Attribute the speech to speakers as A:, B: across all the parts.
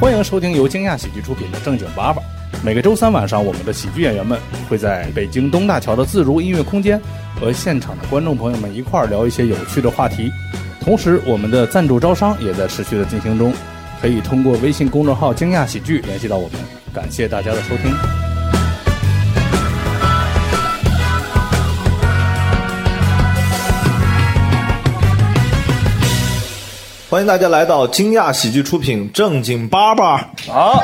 A: 欢迎收听由惊讶喜剧出品的《正经八百》。每个周三晚上，我们的喜剧演员们会在北京东大桥的自如音乐空间和现场的观众朋友们一块儿聊一些有趣的话题。同时，我们的赞助招商也在持续的进行中，可以通过微信公众号“惊讶喜剧”联系到我们。感谢大家的收听。
B: 欢迎大家来到惊讶喜剧出品《正经八八》。
A: 好，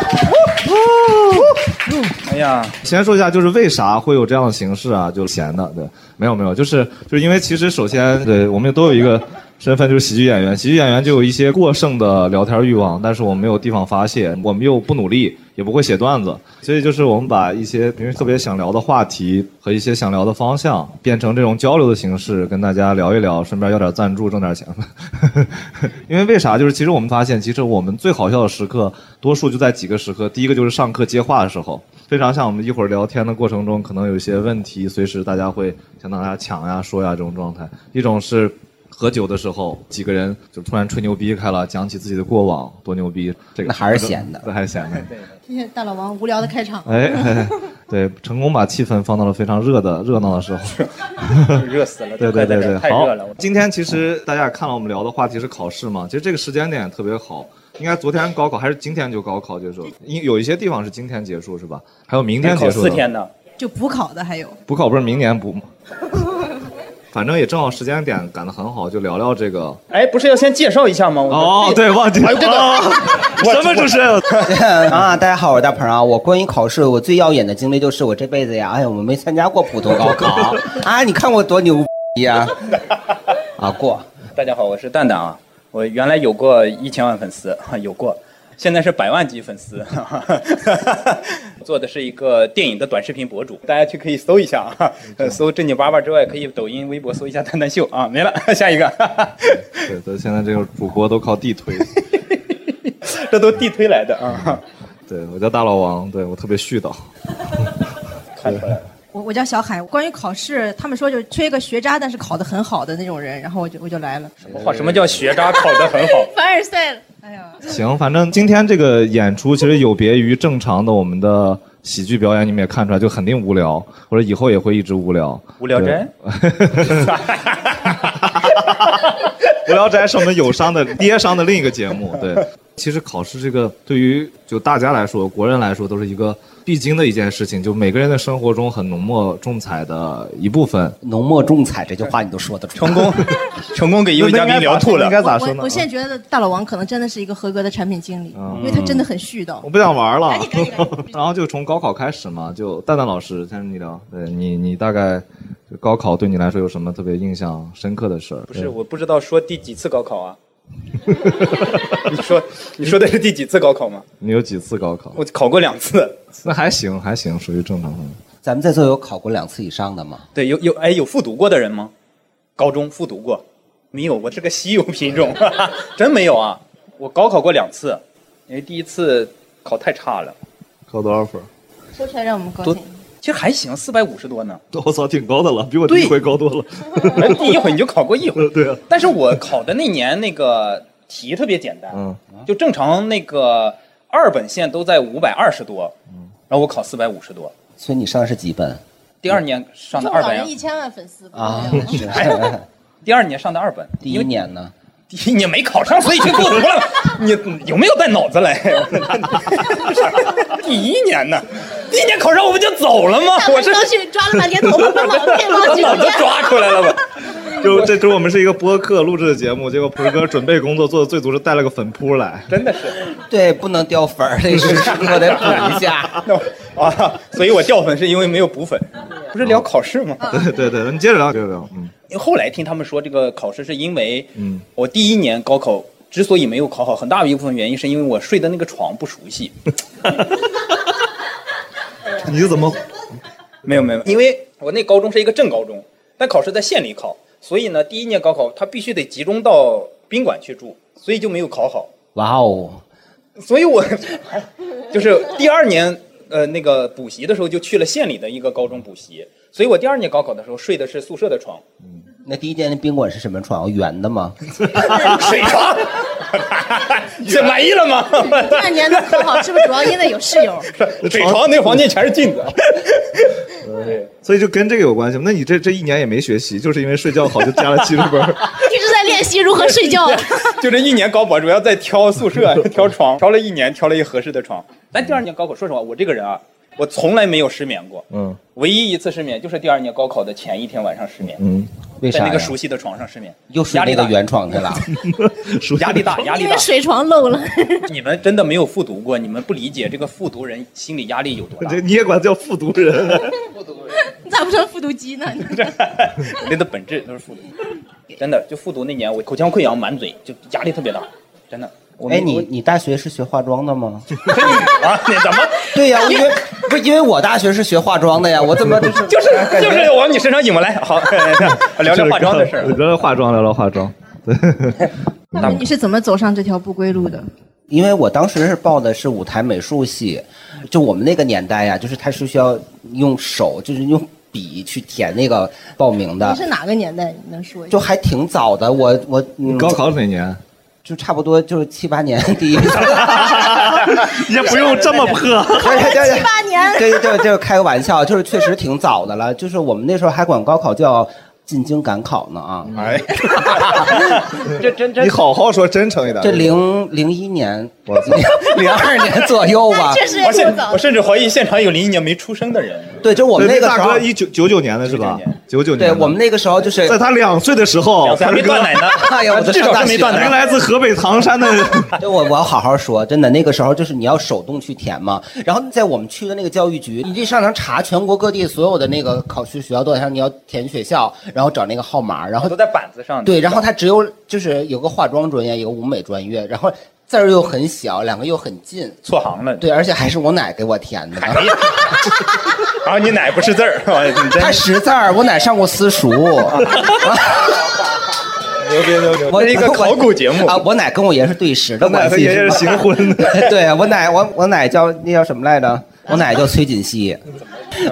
A: 哎呀，
B: 先说一下，就是为啥会有这样的形式啊？就闲的，对，没有没有，就是就是因为其实首先，对我们都有一个身份，就是喜剧演员。喜剧演员就有一些过剩的聊天欲望，但是我们没有地方发泄，我们又不努力，也不会写段子，所以就是我们把一些平时特别想聊的话题和一些想聊的方向，变成这种交流的形式，跟大家聊一聊，顺便要点赞助，挣点钱。因为为啥？就是其实我们发现，其实我们最好笑的时刻，多数就在几个时刻。第一个就是上课接话的时候，非常像我们一会儿聊天的过程中，可能有一些问题，随时大家会想大家抢呀、说呀这种状态。一种是喝酒的时候，几个人就突然吹牛逼开了，讲起自己的过往，多牛逼！这个
C: 那还是闲的
B: 那还是闲的。
D: 谢谢大老王无聊的开场。
B: 哎，哎 对，成功把气氛放到了非常热的热闹的时候。
A: 热死了，
B: 对对对对，
A: 太
B: 好
A: 热了，我。
B: 今天其实大家也看了我们聊的话题是考试嘛，其实这个时间点特别好，应该昨天高考还是今天就高考结束？因有一些地方是今天结束是吧？还有明天结
A: 哎考
B: 束
A: 四
B: 的
A: 天呢，
D: 就补考的还有，
B: 补考不是明年补吗？反正也正好时间点赶得很好，就聊聊这个。
A: 哎，不是要先介绍一下吗？我
B: 哦，对，忘
C: 哎
B: 记了。 哦什么主持人？
C: 啊，大家好，我是大鹏啊。我关于考试，我最耀眼的经历就是我这辈子呀，哎呀，我没参加过普通高考啊。你看我多牛逼呀、啊！过，
A: 大家好，我是蛋蛋啊，我原来有过一千万粉丝， 哈有过，现在是百万级粉丝， 哈哈，做的是一个电影的短视频博主，大家去可以搜一下啊，
B: 嗯
A: 呃搜正经八八之外，可以抖音、微博搜一下蛋蛋秀啊，没了， 下一个，哈哈
B: 对对，现在这个主播都靠地推。
A: 这都地推来的啊，
B: 对，我叫大老王，对我特别絮叨。
A: 看出来了，
D: 我我叫小海。关于考试，他们说就是缺一个学渣，但是考得很好的那种人，然后我就我就来了。
A: 哇，什么叫学渣考得很好？
D: 凡尔赛了，哎呀，
B: 行，反正今天这个演出其实有别于正常的我们的喜剧表演，你们也看出来，就肯定无聊，或者以后也会一直无聊。
A: 无聊斋
B: 对？无聊斋是我们友商的 爹商的另一个节目。对，其实考试这个对于就大家来说，国人来说都是一个必经的一件事情，就每个人的生活中很浓墨重彩的一部分。
C: 浓墨重彩这句话你都说得出来。
A: 成功， 成功给一位嘉宾聊吐
B: 应
A: 了。
B: 该咋
D: 我
B: 说
D: 我
B: 呢？
D: 我现在觉得大老王可能真的是一个合格的产品经理，
B: 嗯
D: 因为他真的很絮叨
B: 我。不想玩了
D: 赶紧赶紧赶。紧
B: 然后就从高考开始嘛，就蛋蛋老师先你聊，对你你大概就高考对你来说有什么特别印象深刻的事儿？
A: 不是，我不知道说第几次高考啊？ 你说，你说的是第几次高考吗？
B: 你有几次高考？
A: 我考过两次，
B: 那还行还行，属于正常分。
C: 咱们在座有考过两次以上的吗？
A: 对，有有哎，有复读过的人吗？高中复读过？没有，我是个稀有品种， 真没有啊！我高考过两次，因为第一次考太差了，
B: 考多少分？
D: 说出来让我们高兴
A: 多。其实还行，四百五十多呢。
B: 我操，挺高的了，比我第一回高多了。
A: 哎第一回你就考过一回，
B: 对啊。
A: 但是我考的那年那个题特别简单，
B: 嗯，
A: 就正常那个二本线都在五百二十多，
B: 嗯
A: 然后我考四百五十多。
C: 所以你上的是几本
A: 第二年上的
D: 中
A: 二
D: 老
A: 本
D: 人
A: 呀
D: 一，千万粉丝
C: 啊
D: 啊，？
C: 是
A: 哎第二年上的二本，
C: 第
A: 因
C: 一
A: 为
C: 年呢？
A: 第一年没考上，所以去复读了。 你有没有带脑子来？ 第一年呢，第一年考上我不就走了吗？我是
D: 刚去抓了半天头发，把脑子给往
A: 脑 子抓出来了吧？
B: 就这周我们是一个播客录制的节目，结果鹏哥准备工作做的最足是带了个粉扑来。
A: 真的是，
C: 对，不能掉分儿， 这是我得补一下。
A: 那我啊，所以我掉粉是因为没有补粉。不是聊考试吗？
C: 啊
B: 对对对，你接着聊，接着聊。嗯
A: 后来听他们说，这个考试是因为，
B: 嗯
A: 我第一年高考之所以没有考好，很大一部分原因是因为我睡的那个床不熟悉。
B: 你怎么？
A: 没有没有，因为我那高中是一个镇高中，但考试在县里考，所以呢，第一年高考他必须得集中到宾馆去住，所以就没有考好。
C: 哇哦，
A: 所以我 就是第二年呃那个补习的时候就去了县里的一个高中补习，所以我第二年高考的时候睡的是 宿舍的床，
C: 那第一间的宾馆是什么床？圆的吗？
A: 水床。这满意 了吗？
E: 第二年能考好，是不是主要因为有室友？
A: 北床那个房间全是镜子。
B: 所以就跟这个有关系吗。那你这这一年也没学习，就是因为睡觉好就加了七十分儿。
E: 一直在练习如何睡觉。
A: 就这一年高考，主要在挑宿 舍、挑床，挑了一年， 挑了一个合适的床。但第二年高考，说实话，我这个人啊，我从来没有失眠过。
B: 嗯
A: 唯一一次失眠就是第二年高考的前一天晚上失眠，
B: 嗯，
C: 为
A: 在
C: 啥
A: 那个
C: 呀？
A: 熟悉的床上失眠，
C: 又睡
A: 压
C: 那
A: 力
C: 个
A: 大，
C: 原创去了，
A: 压力 大，压力
E: 因
A: 大
E: 为。水床漏了，
A: 你们真的没有复读过，你们不理解这个复读人心理压力有多 大
B: 这。你也管叫复读人？
D: 你咋不说复读机 呢？
A: 人的本质都是复读，真的就复读那年，我口腔溃疡，满嘴，就压力特别大，真的。我没
C: 哎，你你大学是学化妆的吗？
A: 啊， 你怎么
C: 对呀、我因为不是因为我大学是学化妆的呀，我怎么就是
A: 就是就是往你身上引 过来？好，哎聊聊化妆的事儿。
B: 聊聊化妆，聊聊化妆。
D: 那么你是怎么走上这条不归路的？
C: 因为我当时是报的是舞台美术系，就我们那个年代呀、就是他是需要用手，就是用笔去填那个报名
D: 你
C: 的，
D: 是哪个年代？你能说一下？
C: 就还挺早的。我我、嗯、
B: 高考是哪年？
C: 就差不多就是七八年 第一次，
B: 也不用这么破。
C: 七
E: 八年
C: 对对对，就是开个玩笑，就是确实挺早的了。就是我们那时候还管高考叫进京赶考呢啊，
A: 哎，这真真
B: 你好好说，真诚一点。
C: 这零零一年
B: 我
C: 零二 年左右吧
E: 。确实也
A: 我
E: 够
A: 甚
E: 早
A: 我。甚至怀疑现场有零一年没出生的人。
C: 对，就是我们那个时
B: 大
C: 候
B: 哥，一九九九年的是吧？九九年
C: 对
B: 的。
C: 我们那个时候就是
B: 在他两岁的时候，
A: 还
B: 他
A: 没
B: 是个
A: 断奶呢，
C: 哎呀我都
A: 至
C: 上
A: 少
C: 大
A: 是
C: 学
A: 没断
B: 一
A: 奶
B: 个。来自河北 唐山的，
C: 对我我要好好说，真的，那个时候就是你要手动去填嘛。然后在我们去的那个教育局，你得上网查全国各地所有的那个考试学校多少项，你要填学校，然后找那个号码，然后
A: 都在板子上呢。
C: 对，然后它只有就是有个化妆专业，有个舞美专业，然后字儿又很小，两个又很近，
A: 错行了。
C: 对，而且还是我奶给我填的。
A: 哎 呀，然后你奶不识字儿，哎你真
C: 他识字儿，我奶上过私 塾。啊
A: 牛逼牛逼！
C: 我
A: 这是一个考古节目
C: 啊，我奶跟我爷是对食的
B: 他奶
C: 关
B: 他
C: 系
B: 爷爷
C: 是
B: 是
C: 吧。
B: 行婚的。
C: 对我奶，我我奶叫那叫什么来着？我奶叫崔锦熙。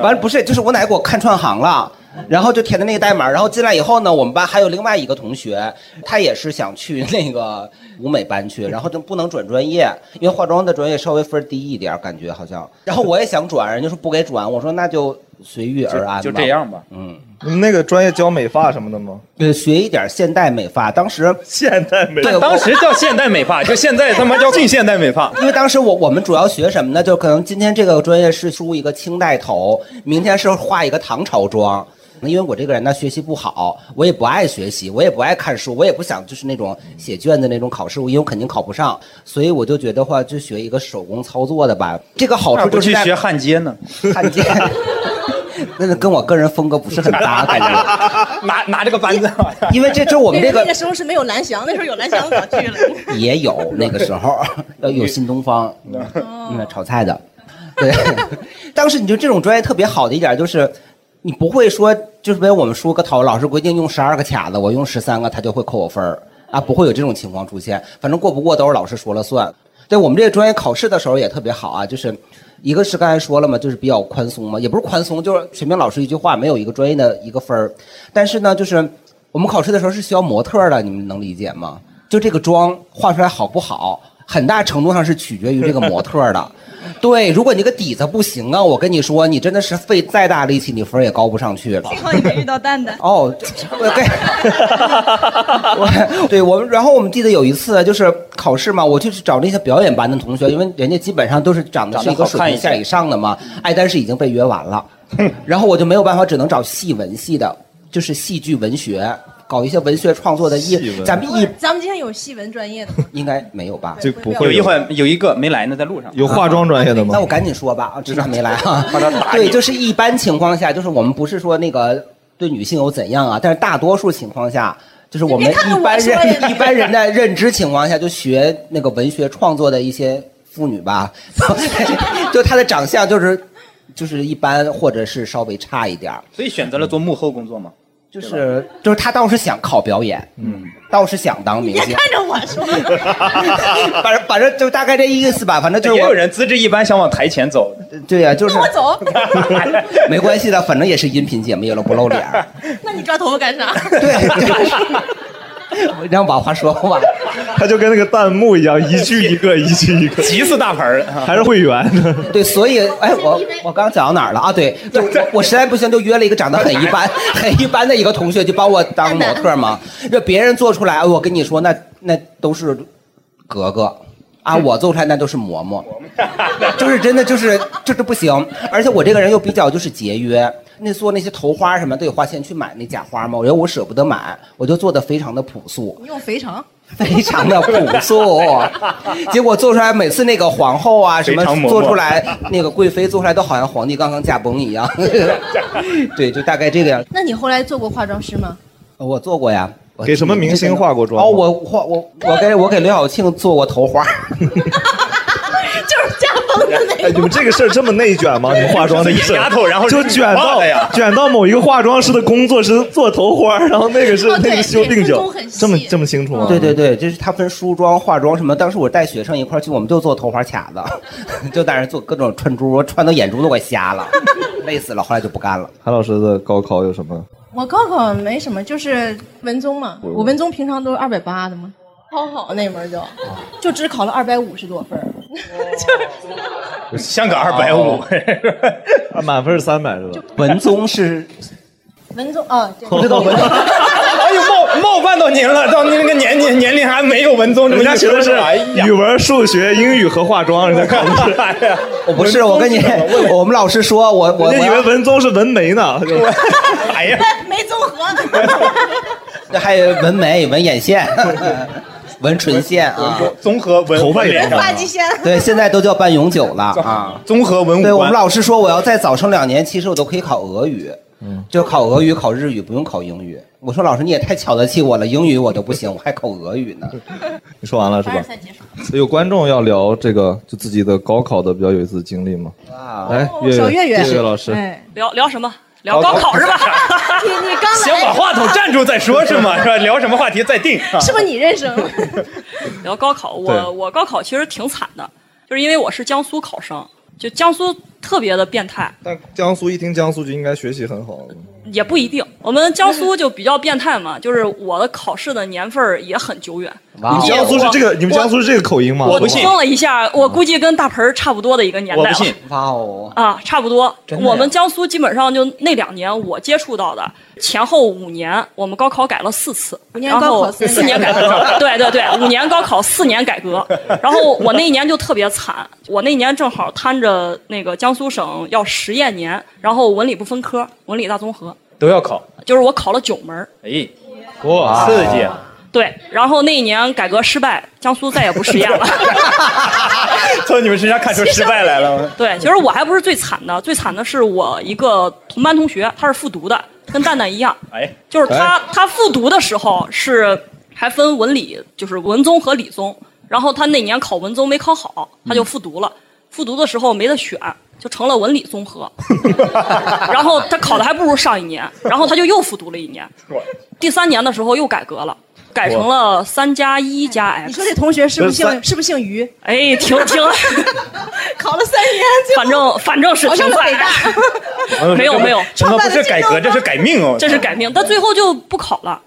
C: 完了不是，就是我奶给我看串行了，然后就填的那个代码，然后进来以后呢，我们班还有另外一个同学，他也是想去 那个舞美班去，然后就不能转专业，因为化妆的专业稍微分儿低一点儿，感觉好像。然后我也想转，人家说不给转，我说那就随遇而安吧。
A: 就就这。样吧。
C: 嗯，
B: 你们那个专业教美发什么的吗？
C: 对，呃学一点现代美发。当时
B: 现代美
C: 对，
A: 当
C: 我
A: 时叫现代美发，就现在 他妈叫近现代美发。
C: 因为当时我我们主要学什么呢？就可能今天这个专业是梳一个清代头，明天是画一个唐朝妆。因为我这个人呢，学习不好，我也不爱学习，我也不爱看书，我也不想就是那种写卷子那种考试，因为我肯定考不上，所以我就觉得话就学一个手工操作的吧。这个好
A: 那
C: 处
A: 不
C: 就是
A: 去
C: 在
A: 学焊接呢？
C: 看见， 那跟我个人风格不是很搭，感觉。
A: 拿拿这个扳子，
C: 因为这这我
D: 那
C: 们这
D: 那
C: 个
D: 个时候是没有蓝翔，那时候有蓝翔早去了。
C: 也有那个时候 要有新东方，嗯，炒菜的，对。 当时你就这种专业特别好的一点就是，你不会说就是被我们梳个头，老师规定用十二个卡子，我用十三个，他就会扣我分儿啊，不会有这种情况出现。反正过不过都是老师说了算。对我们这个专业考试的时候也特别好啊，就是一个是刚才说了嘛，就是比较宽松嘛，也不是宽松，就是水平老师一句话，没有一个专业的一个分儿。但是呢，就是我们考试的时候是需要模特儿的，你们能理解吗？就这个妆画出来好不好，很大程度上是取决于这个模特儿的。 对，如果你个底子不行啊，我跟你说，你真的是费再大力气，你分儿也高不上去了。。
F: 幸好你 没遇到蛋 蛋
C: 哦，我对， 我对我们，然后我们记得有一次啊就是考试嘛，我就去找那些表演班的同学，因为人家基本上都是长得是一个水平线以上的嘛，哎，但是已经被约完了，然后我就没有办法，只能找戏文系的，就是戏剧文学，搞一些文学创作的
B: 戏
C: 艺，
B: 文
C: 咱们艺
D: 咱们今天有戏文专业的吗？
C: 应该没有吧？
B: 这不
A: 有
B: 会
A: 一会有一个没来呢，在路上。
B: 有化妆专业的吗
C: 那我？赶紧说吧，啊，知道没来 啊
A: 把他嗯打。你
C: 对，就是一般情况下，就是我们不是说那个对女性有怎样啊，但是大多数情况下，就是我们
D: 你别看着
C: 一般
D: 我说呀
C: 人一般人的认知情况下，就学那个文学创作的一些妇女吧， 就她的长相就是就是一般，或者是稍微差一点儿
A: 所以选择了做幕后工作嘛。
C: 就是就是她倒是想考表演，嗯，倒是想当明星，
D: 看着我说，
C: 反正反正就大概这意思吧，反正就是
A: 也有
C: 我
A: 人资质一般想往台前走，
C: 对呀、就是
D: 我走，
C: 没关系的，反正也是音频节目，也露不露脸 儿。
D: 那你抓头发干啥？
C: 对，对我让把话说完。
B: 他就跟那个弹幕一样，一句一个，一句一 个，
A: 急死大盆儿。
B: 还是会员的。
C: 对，所以哎，我我刚讲到哪儿了啊？对，就我我实在不行就约了一个长得很一般、很一般的一个同学，就帮我当模特嘛。这别人做出来，哎我跟你说，那那都是格格啊，我做出来那都是嬷 嬷，就是真的就是就是不行。而且我这个人又比较就是节约，那做那些头花什么都得花钱去买那假花嘛，我觉得我舍不得买，我就做的非常的朴素。
D: 你用肥肠，
C: 非常的朴 素， 结果做出来每次那个皇后啊什么
A: 非常嬷嬷
C: 做出来，那个贵妃做出来都好像皇帝刚刚驾崩一 样，对，就大概这个样。
E: 那你后来做过化妆师吗？
C: 我做过呀，我
B: 给什么明星化过妆吗
C: 哦，我化我我给我给刘晓庆做过头花，
E: 就是驾崩的那
B: 哎，你们这个事儿这么内卷吗？你们化妆这个事
A: 是
B: 儿，
A: 丫头然后
B: 就是卷
A: 你画
B: 到
A: 的呀
B: 卷到某一个化妆师的工作室做头花儿，然后那个是
E: 哦
B: 那
E: 对
B: 个修定
E: 分
B: 酒
E: 工很，细
B: 这么这么清楚吗？
C: 对对对，就是他分梳妆、化妆什么。当时我带学生一块儿去，我们就做头花卡子， 就在那儿做各种串珠，我串到眼珠都快瞎了， 累死了。后来就不干了。
B: 韩老师的高考有什么？
D: 我高考没什么，就是文综嘛。我文综平常都是二百八的嘛，超好那门儿就，就只考了二百五十多分儿。
A: 香港二百五，
B: 啊， 满分是三百是吧？
C: 文综是
D: 文综啊， 对
C: 不知道文综。
A: 哎呦冒冒犯到您了，到您那 个年龄年龄还没有文综，
B: 人家学的是
A: 哎呀
B: 语，文、数学、英语和化妆，人家考的是。
A: 哎 呀，
C: 我不是，我跟你，我们老师说，我我我
B: 人家以为
C: 要
B: 文综是文媒 呢，
A: 哎呀，
D: 没综合。
C: 还有纹眉、纹眼线、纹唇线啊，
A: 综合文
B: 头发也
A: 联
B: 不
A: 上
B: 好
D: 发际线。
C: 对，现在都叫办永久了啊。
A: 综合文
C: 对
A: 武
C: 我们
A: 官，
C: 老师说，我要再早生两年，其实我都可以考俄语，
B: 嗯
C: 就考俄语、考日语，不用考英语。我说老师，你也太瞧得起我了，英语我都不行，我还考俄语呢。
B: 你说完了是
E: 凡尔
B: 吧？
E: 赛结束。
B: 有观众要聊这个，就自己的高考的比较有意思的经历吗？
C: 啊，
B: 来，
E: 哦
D: 哦小
B: 哎月
D: 月月
B: 月老师，
D: 哎，
F: 聊聊什么？聊高考是吧？
E: 你你刚
A: 先把
E: 来
A: 话筒站住再说，是 吗？是吧？聊什么话题再定。啊
E: 是不是你认识的？
F: 聊高考，
B: 对
F: 我我高考其实挺惨的，就是因为我是江苏考生，就江苏特别的变态，
B: 但江苏一听江苏就应该学习很好，
F: 也不一定。我们江苏就比较变态嘛，就是我的考试的年份儿也很久远。
C: 哇哦
F: 估计
B: 江苏是这个，
F: 我
B: 你们江苏是这个口音吗？
F: 我
A: 不
F: 我
A: 信
F: 听了一下，我估计跟大盆儿差不多的一个年代
A: 我
F: 了。
A: 不信，
C: 哇哦，
F: 啊，差不多
C: 真。的呀
F: 我们江苏基本上就那两年我接触到的，前后五年我们高考改了四次，
D: 五年
F: 然后
D: 高考四
F: 四
D: 年
F: 年改革， 对对对，五年高考四年 改革。然后我那一年就特别惨，我那一年正好摊着那个江苏省要实验年，然后文理不分科，文理大综合，
A: 都要考，
F: 就是我考了九门儿。
A: 哎，
B: 哇
A: 刺激，
F: 对，然后那一年改革失败，江苏再也不实验了。
A: 从你们身上看出失败来了吗。
F: 对，其实我还不是最惨的，最惨的是我一个同班同学，他是复读的，跟蛋蛋一样。
A: 哎，
F: 就是他他复读的时候是还分文理，就是文综和理综。然后他那年考文综没考好，他
A: 嗯
F: 就复读了。复读的时候没得选，就成了文理综合。 然后他考的还不如上一年，然后他就又复读了一年。第三年的时候又改革了，改成了三加一加
D: 你
F: X。
D: 说这同学是不是
B: 不是
D: 姓是不是姓于？
F: 哎，停停，
D: 考了三年，最后
F: 反正反正是
D: 考上
F: 停
D: 了
F: 赛
D: 北。大。
F: 没有没有
A: 什么
D: 创
A: 不是
D: 办了
A: 改革，
D: 竞争
A: 这是改命哦，
F: 这是改命，但最后就不考了，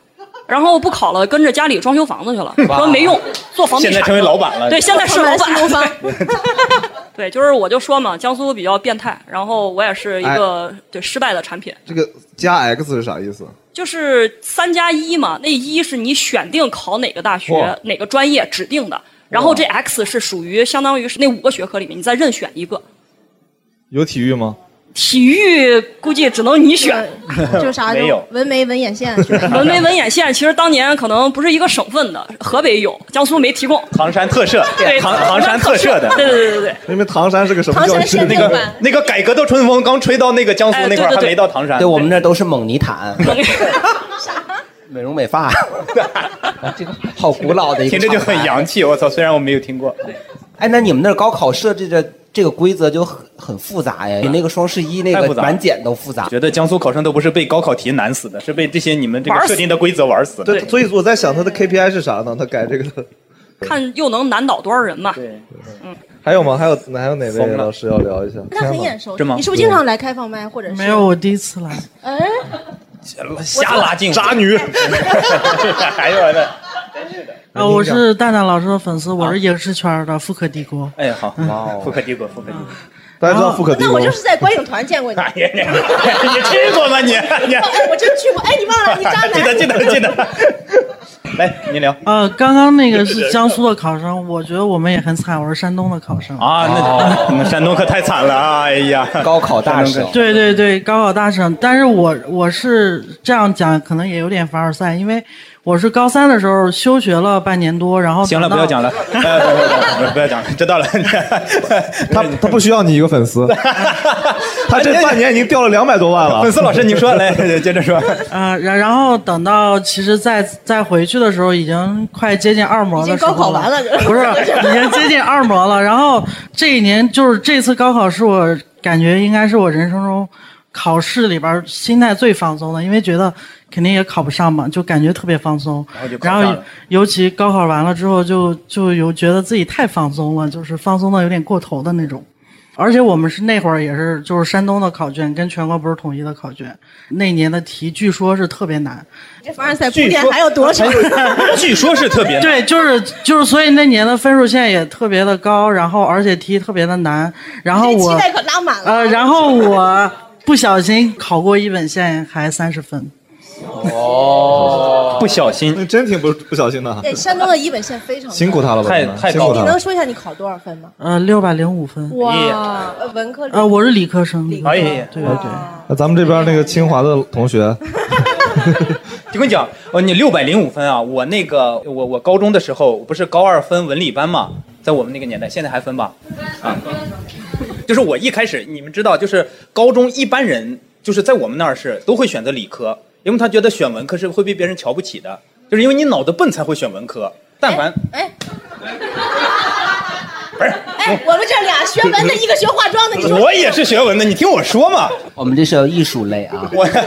F: 然后不考了，跟着家里装修房子去了，说没用，做房地
A: 现
F: 产。
A: 在成为老板了。
F: 对，，现在是老
D: 创办了新东
F: 板。 对，就是我就说嘛，江苏比较变态，然后我也是一个、
A: 哎
F: 对失败的产品，
B: 这个加 X 是啥意思？
F: 就是三加一嘛，那一是你选定考哪个大
B: 哇
F: 学、哪个专业指定的，然后这 X 是属于相当于是那五个学科里面，你再任选一个。
B: 有体育吗？
F: 体育估计只能你选，
D: 就啥
A: 没有
D: 纹眉纹眼线，
F: 文眉文眼线其实当年可能不是一个省份的，河北有，江苏没提供。
A: 唐山特赦，
F: 对，
A: 唐唐山特赦的。
F: 对对对对对，
B: 因为唐山是个什么
E: 唐
B: 教
E: 山
B: 区
E: 县？
A: 那
E: 定
A: 个
E: 版，
A: 那个改革的春风刚吹到那个江苏
F: 哎
A: 那块儿，
F: 对对
A: 还
F: 对
A: 没到唐山。
C: 对我们那都是蒙尼 坦、美容美发，这个好古老的一个
A: 听
C: 厂牌，
A: 着就很洋气，我操！虽然我没有听过，
C: 哎，那你们那儿高考设置的这个规则就很很复杂呀，比那个双十一那
A: 太
C: 个
A: 复杂了
C: 满减都复杂。
A: 觉得江苏考生都不是被高考题难死的，是被这些你们这
F: 玩
A: 个
F: 死
A: 设定的规则玩死的。
B: 对，所以我在想他的 KPI 是啥呢？他改这个的
F: 看又能难倒多少人嘛？
A: 对，
B: 还有吗？还有还有哪
A: 疯
B: 位
A: 了
B: 老师要聊一下？
D: 他很眼熟。
A: 是吗
D: 你是不是经常来开放麦或者是？
G: 没有，。我第一次来。
D: 哎，
A: 瞎拉近渣女，哎呦我的，
G: 呃，我是蛋蛋老师的粉丝，我是影视圈的富可敌国。
A: 啊哎，好，
G: 哇哦
A: 富可敌国，富可敌国。
B: 大家知道富可敌
D: 那我
B: 国吗？
D: 就是在观影团见过你。
A: 哎呀，你你 去过吗？你你
D: 哦哎，我真去过。哎，你忘了，你渣男。
A: 记得记得记得。来，您聊
G: 呃，刚刚那个是江苏的考生，我觉得我们也很惨，我是山东的考生。
A: 啊，那那山东可太惨了啊！哎呀，
C: 哦高考大省
A: 山东可
G: 对对对，高考大省。但是我我是这样讲，可能也有点凡尔赛，因为我是高三的时候休学了半年多，然后
A: 行了，
G: 等
A: 不
G: 到
A: 要 讲了，呃不不不不要讲了，知道了。
B: 他他不需要你一个粉丝，他这半年已经掉了两百多万
A: 粉
B: 了。
A: 丝老师，你说 来，接着说。
G: 啊，然、然后等到其实再再回去的时候，已经快接近二模的时候
D: 已经高考完了
G: 不是，已经接近二模了。然后这一年就是这次高考是我感觉应该是我人生中考试里边儿心态最放松的，因为觉得肯定也考不上嘛，就感觉特别放松。
A: 然后就考
G: 然
A: 上
G: 后
A: 了
G: 尤尤其高考完了之后就，就有觉得自己太放松了，就是放松到有点过头的那种。而且我们是那会儿也是，就是山东的考卷跟全国不是统一的考卷，那年的题据说是特别难。
D: 这凡尔赛铺垫还有多少？
A: 据说是特别
G: 对，就是就是，所以那年的分数线也特别的高，然后而且题特别的难。然后
D: 这期
G: 我
D: 待可拉满了。
G: 呃，然后我不小心考过一本线，还三十分。
A: 不小心，
B: 那哦真挺不不小心的，
D: 对，山东的一本线非常高
B: 辛苦。他了吧？
A: 太
B: 真的
A: 太
B: 辛
A: 高
B: 苦
A: 了
D: 你
B: 他
D: 能说一下你考多少分吗？
G: 呃，六百零五分。
D: 哇，呃文科
G: 呃，我是理科生。理科
A: 哎
G: 生
A: 呀
G: 对对对。
B: 那咱们这边那个清华的同学，
A: 就跟你讲，哦，你六百零五分啊！我那个，我我高中的时候不是高二分文理班嘛，在我们那个年代，现在还分吧？啊，就是我一开始，你们知道，就是高中一般人就是在我们那儿是都会选择理科，因为他觉得选文科是会被别人瞧不起的，就是因为你脑子笨才会选文科。但凡
D: 哎。哎，我们这俩学文的，一个学化妆的，你说
A: 我也是学文的，你听我说嘛。
C: 我们这是有艺术类啊，
A: 我对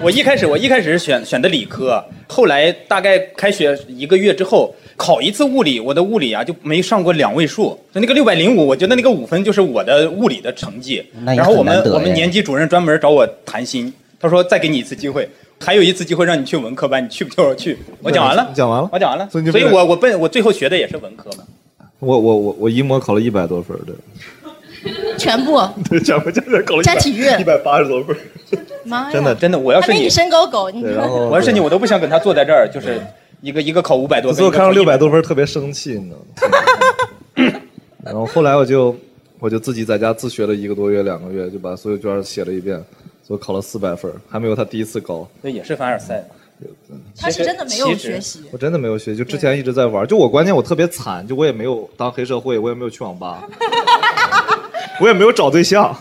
A: 我一开始我一开始是选选的理科，后来大概开学一个月之后考一次物理，我的物理啊就没上过两位数，就那个六百零五，我觉得那个五分就是我的物理的成绩。
C: 那也
A: 然后我
C: 很
A: 们
C: 难得
A: 我们
C: 哎
A: 年级主任专门找我谈心，他说再给你一次机会，还有一次机会让你去文科班，你去不去？我说去。我讲完了
B: 你，讲完了
A: 我讲完了，
B: 所以你就
A: 所以
B: 不
A: 我我奔我最后学的也是文科嘛。
B: 我我我我一模考了一百多分，对，
D: 全部
B: 对，讲不讲考了
D: 加体育
B: 一百八十多 分，
D: 妈呀！
B: 真的
A: 真的，我要
D: 他
A: 是
D: 比
A: 你
D: 你，身高狗，你
B: 对，然后
A: 我要是你，我都不想跟他坐在这儿，就是一个一个考五百多
B: 我
A: 分，
B: 最后看到
A: 到
B: 六百多分特别生气，你知道吗？ 然后后来我就我就自己在家自学了一个多月、两个月，就把所有卷儿写了一遍，所以考了四百分，还没有他第一次高。
A: 那也是凡尔赛。
D: 他是真的没有
A: 其实
D: 学习。
B: 我真的没有学，就之前一直在玩。就我关键我特别惨，就我也没有当黑社会，我也没有去网吧， 我也没有找对象，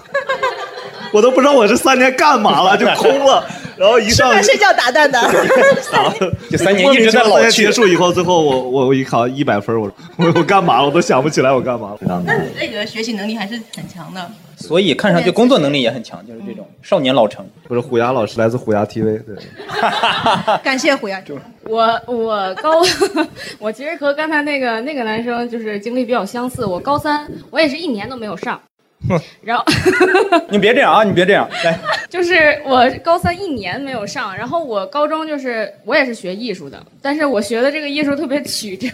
B: 我都不知道我这三年干嘛了，就空了。然后一
D: 吃
B: 上
D: 饭睡觉打 蛋蛋，
C: 啊
A: 就三年一直在
B: 莫
A: 老
B: 名其
A: 去
B: 妙结。束以后，最后我我我一考一百分，我 我我干嘛了？我都想不起来我干嘛了。
D: 那你这个学习能力还是很强的。
A: 所以看上去工作能力也很强，就是这种少年老成。
B: 不是虎牙老师来自虎牙 TV，对，
D: 感谢虎牙，
E: 我我高， 我其实和刚才那个那个男生就是经历比较相似。我高三，我也是一年都没有上，然后
A: 你别这样啊！你别这样，来，
E: 就是我高三一年没有上，然后我高中就是我也是学艺术的，但是我学的这个艺术特别曲折。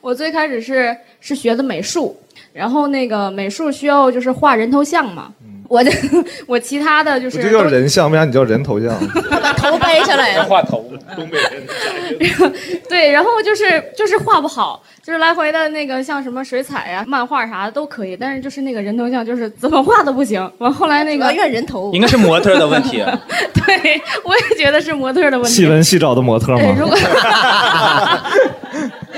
E: 我最开始是是学的美术，然后那个美术需要就是画人头像嘛，
B: 嗯
E: 我就 我其他的就
B: 我
E: 是
B: 这叫
E: 都
B: 人像，为啥你叫人头像？
D: 他 把头掰下
E: 哎
D: 来
A: 别
D: 了。
A: 画头。
E: 对，然后就是就是画不好，就是来回的那个像什么水彩呀、漫画啥的都可以，但是就是那个人头像就是怎么画都不行。完后来那
D: 那
E: 个
D: 个怨人头
A: 应，该是模特的问 题，啊
E: 对我也觉得是模特儿的问题。
B: 细纹细找的模特
E: 对，如
B: 吗？
E: 果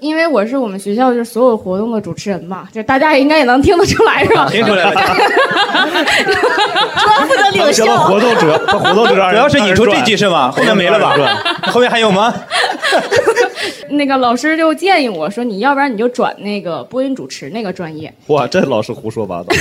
E: 因为我是我们学校就是所有活动的主持人嘛，就大家也应该也能听得出来是吧？
A: 听出来 了，
D: 专负责领
B: 行
D: 袖。
B: 了，活动主要他活动主要
A: 主要是引出这句是吗？后面没了
B: 是
A: 吧？后面还有 吗？
E: 那个老师就建议我说，你要不然你就转那个播音主持那个专业。
B: 哇，这老是胡说八道。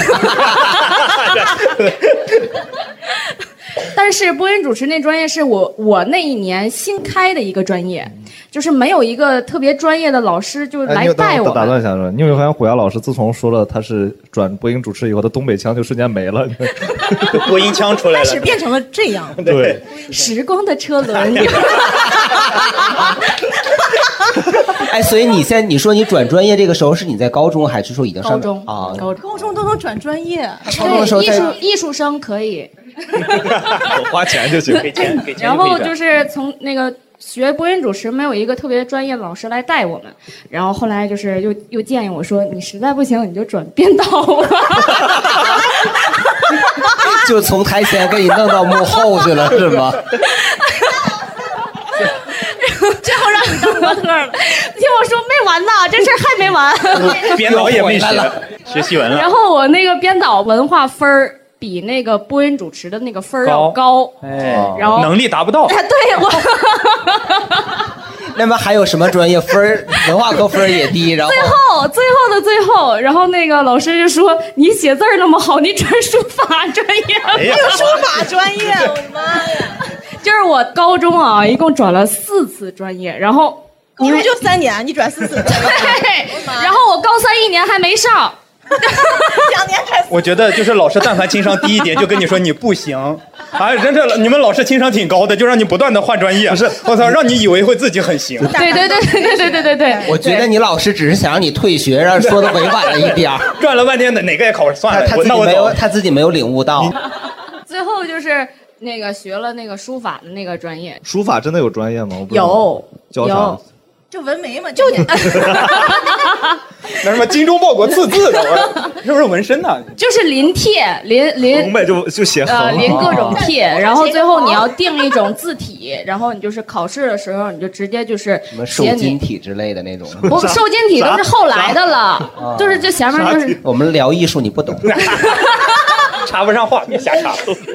E: 但是播音主持那专业是我我那一年新开的一个专业，就是没有一个特别专业的老师就
B: 哎，你
E: 来
B: 有
E: 带
B: 打
E: 我
B: 打
E: 们。
B: 断一下说，你有没有发现虎牙老师自从说了他是转播音主持以后，他东北腔就瞬间没了？
A: 播音腔出来
D: 开始
A: 了，
D: 变成了这 样，
B: 对，
E: 时光的车轮，
C: 哎，所以你现在你说你转专业这个时候是你在高中还是说已经上
E: 高中
C: 啊？
E: 高中
D: 高中都能转专业，
C: 高中的时候
E: 艺
C: 在
E: 术艺术生可以，
A: 我花钱 就行， 给钱给钱
E: 然
A: 就可以
E: 后
A: 的。
E: 就是从那个学播音主持，没有一个特别专业的老师来带我们。然后后来就是又又建议我说，你实在不行你就转编导 吧。
C: 就从台前给你弄到幕后去了是吗？
E: 最后让你当模特了，听我说没完呢，这事儿还没完。
A: 编导也没
C: 又回
A: 学
C: 来了，
A: 学戏文
E: 然
A: 了。
E: 后我那个编导文化分儿比那个播音主持的那个分儿要高，
A: 哎，
C: 哦
E: 然后哎
A: 能力达不到，
E: 对我
C: 那么还有什么专业分儿？文化课分儿也低，然后
E: 最后最后的最后，然后那个老师就说：“你写字儿那么好，你转书法专业吧。
A: 哎呀，
D: 书法专业，我的妈呀，
E: 就是我高中啊，一共转了四次专业，然后
D: 高中就三年，你转四次，
E: 嘿
D: 的妈呀
E: 然后我高三一年还没上，
D: 两年转四次。
A: 我觉得就是老师，但凡情商低一点，就跟你说你不 行啊！真的，你们老师情商挺高的，就让你不断的换专业。不是，我操，让你以为会自己很 行。
E: 对对对对对对对对对，
C: 我觉得你老师只是想让你退学，让说的委婉了一点儿。
A: 转了半天的哪个也考不
C: 他
A: 上算了，
C: 他
A: 我
C: 自己
A: 那我
C: 没
A: 走
C: 有，。他自己没有领悟到。
E: 最后就是那个学了那个书法的那个专业，
B: 书法真的有专业吗？我不知道
E: 有
B: 教啥
E: 有？
D: 就纹眉嘛，就
A: 那什么精忠报国刺字的，我是不是纹身呢？
E: 就是临帖临
B: 横
E: 临。
B: 呗，就就写横
E: 呃，临
B: 啊。
E: 各种帖， 然后
D: 谁
E: 最后
D: 好
E: 你要定一种字体，然后你就是考试的时候，你就直接就是
C: 什么瘦
E: 写
C: 金
E: 你，
C: 体之类的那种。
E: 不，瘦金体都是后来的了， 就是这前面 就是
C: 我们聊艺术，你不懂。
A: 插不上话，别瞎插。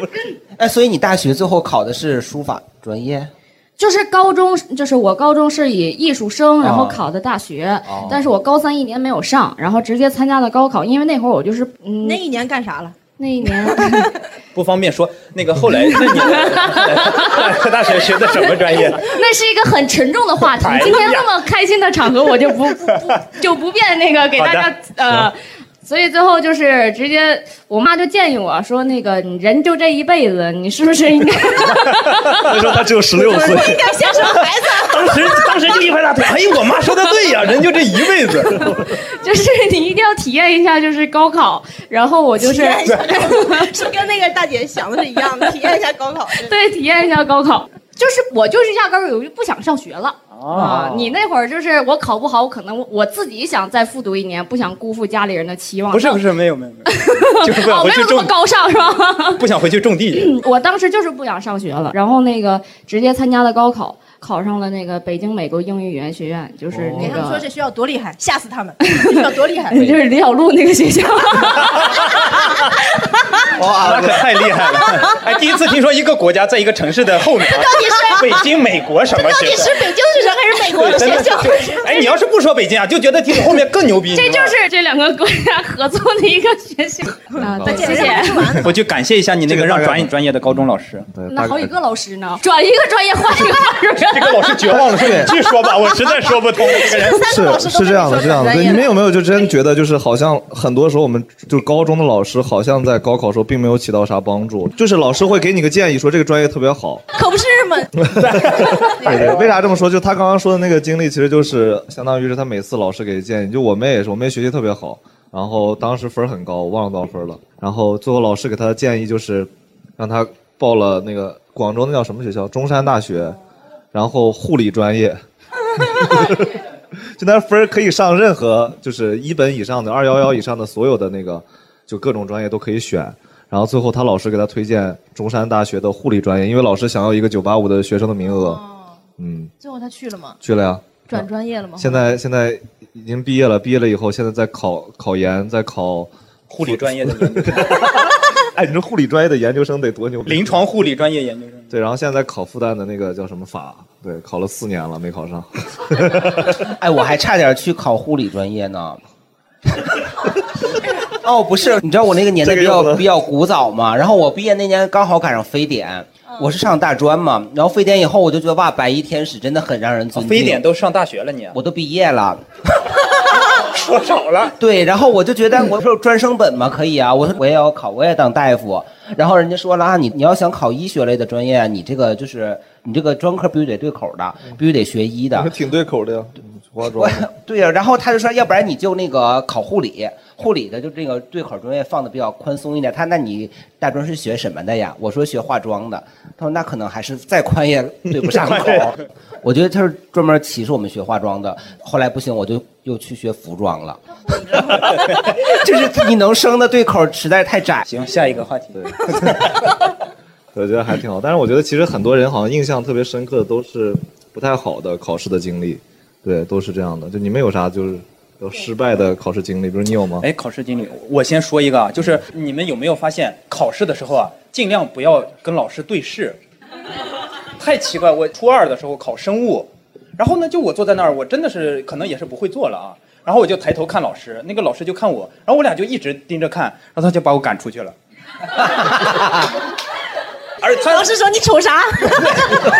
C: 哎，所以你大学最后考的是书法专业？
E: 就是高中，就是我高中是以艺术生，然后考的大学，
C: 啊哦
E: 但是我高三一年没有上，然后直接参加了高考，因为那会儿我就是嗯
D: 那
E: 那
D: 一年干啥了？
E: 那 一年
A: 不方便说，那个后来是你上 大学学的什么专业？
E: 那是一个很沉重的话题
A: 哎呀，
E: 今天那么开心的场合，我就 不不不就不便那个给大
A: 好
E: 家
A: 的
E: 呃。所以最后就是直接，我妈就建议我说：“那个你人就这一辈子，你是不是应 该
B: 那时候他只有十六岁，
D: 应 该先生孩
E: 啊
D: 子，
A: 当时当时就一拍大腿，哎呦，我妈说的对呀，人就这一辈子。
E: 就是你一定要体验一下就是高考？”然后我就是
D: 体验一下这 个，是跟那个大姐想的是一样的，体验一下高考。
E: 对，体验一下高考。就是我就是压根儿我就不想上学了
A: 哦
E: 啊、你那会儿就是我考不好，我可能我我自己想再复读一年，不想辜负家里人的期望。
A: 不是不
E: 是，
A: 是，没有没有没有，就是不想
E: 哦，
A: 回
E: 没
A: 去
E: 有那么
A: 种，
E: 高尚是吧？嗯
A: 不想回去种地。
E: 我当时就是不想上学了，然后那个直接参加了高考，考上了那个北京美国英语语言学院，就是
A: 哦
D: 给哎
E: 那
D: 他们说
E: 个、
D: 这学校多厉害，吓死他们！这学校多厉 害，
E: 就是李小璐那个学校。
A: 哇，那可太厉害了！哎，第一次听说一个国家在一个城市的后面，到底是北京、美国啊什么
D: 到
A: 学
D: 底
A: 校
D: 是？北京学校还是美国的
A: 真
D: 学
A: 的
D: 校？
A: 是，哎，你要是不说北京啊，就觉得听后面更牛逼。
E: 这
A: 你知
E: 就
A: 道吗
E: 是这两个国家合作的一个学校啊！对，谢 谢。
A: 我就感谢一下你那个让
B: 这个大概
A: 转专业的高中老师。
B: 对
E: 那
B: 大
E: 好
B: 概
E: 几个老 师呢，转一个专业换一个老师。
A: 这个老师绝望了，说你去说吧，我实在说不通这个人。
D: 三个老师
B: 是
D: 都
B: 是这样的，
D: 跟你
B: 这
D: 说转
B: 样的。
D: 专
B: 对，
D: 业
B: 你们有没有就真觉得就是好像很多时候我们就是高中的老师，好像在高考时候并没有起到啥帮助，就是老师会给你个建议说这个专业特别好，
D: 可不是吗？
B: 哎对对，为啥这么说？就他刚刚说的那个经历，其实就是相当于是他每次老师给的建议。就我们也是，我们也学习特别好，然后当时分儿很高，我忘了多少分儿了。然后最后老师给他的建议就是，让他报了那个广州那叫什么学校？中山大学，然后护理专业。 就那分儿可以上任何，就是一本以上的、二幺幺以上的所有的那个，就各种专业都可以选。然后最后他老师给他推荐中山大学的护理专业，因为老师想要一个九八五的学生的名额。嗯，
D: 最后他去了吗？
B: 去了呀。
D: 转专业了吗？
B: 现在现在已经毕业了，毕业了以后现在在考考研，在考。
A: 护理专业的研究生，
B: 哎，你说护理专业的研究生得多牛逼？
A: 临床护理专业研究生。
B: 对，然后现在在考复旦的那个叫什么法？对，考了四年了没考上。
C: 哎，我还差点去考护理专业呢。 哦，不是，你知道我那个年代
B: 这
C: 比
B: 个
C: 较
B: 用的
C: 比较古早嘛，然后我毕业那年刚好赶上非典，我是上大专嘛，然后非典以后我就觉得哇，白衣天使真的很让人尊敬。
A: 哦非典都上大学了，你啊
C: 我都毕业了，
A: 说少了。
C: 对，然后我就觉得我说专升本嘛，可以啊，我说我也要考，我也当大夫。然后人家说了啊，你你要想考医学类的专业，你这个就是你这个专科必须得对口的，必须得学医的。
B: 挺对口的呀，化妆。
C: 对呀、然后他就说，要不然你就那个考护理，护理的就这个对口专业放的比较宽松一点。他那你大专是学什么的呀？我说学化妆的。他说那可能还是再宽也对不上口
H: 宽也。
C: 我觉得他是专门歧视我们学化妆的。后来不行，我就又去学服装了。 就是你能升的对口实在太窄。
A: 行，下一个话题。
B: 我觉得还挺好。但是我觉得其实很多人好像印象特别深刻的都是不太好的考试的经历，对，都是这样的。就你们有啥就是有失败的考试经历？比如你有吗？
A: 哎，考试经历，我先说一个啊，就是你们有没有发现，考试的时候啊，尽量不要跟老师对视，太奇怪。我初二的时候考生物，然后呢，就我坐在那儿，我真的是可能也是不会做了啊，然后我就抬头看老师，那个老师就看我，然后我俩就一直盯着看，然后他就把我赶出去了。而他
D: 老师说你瞅啥？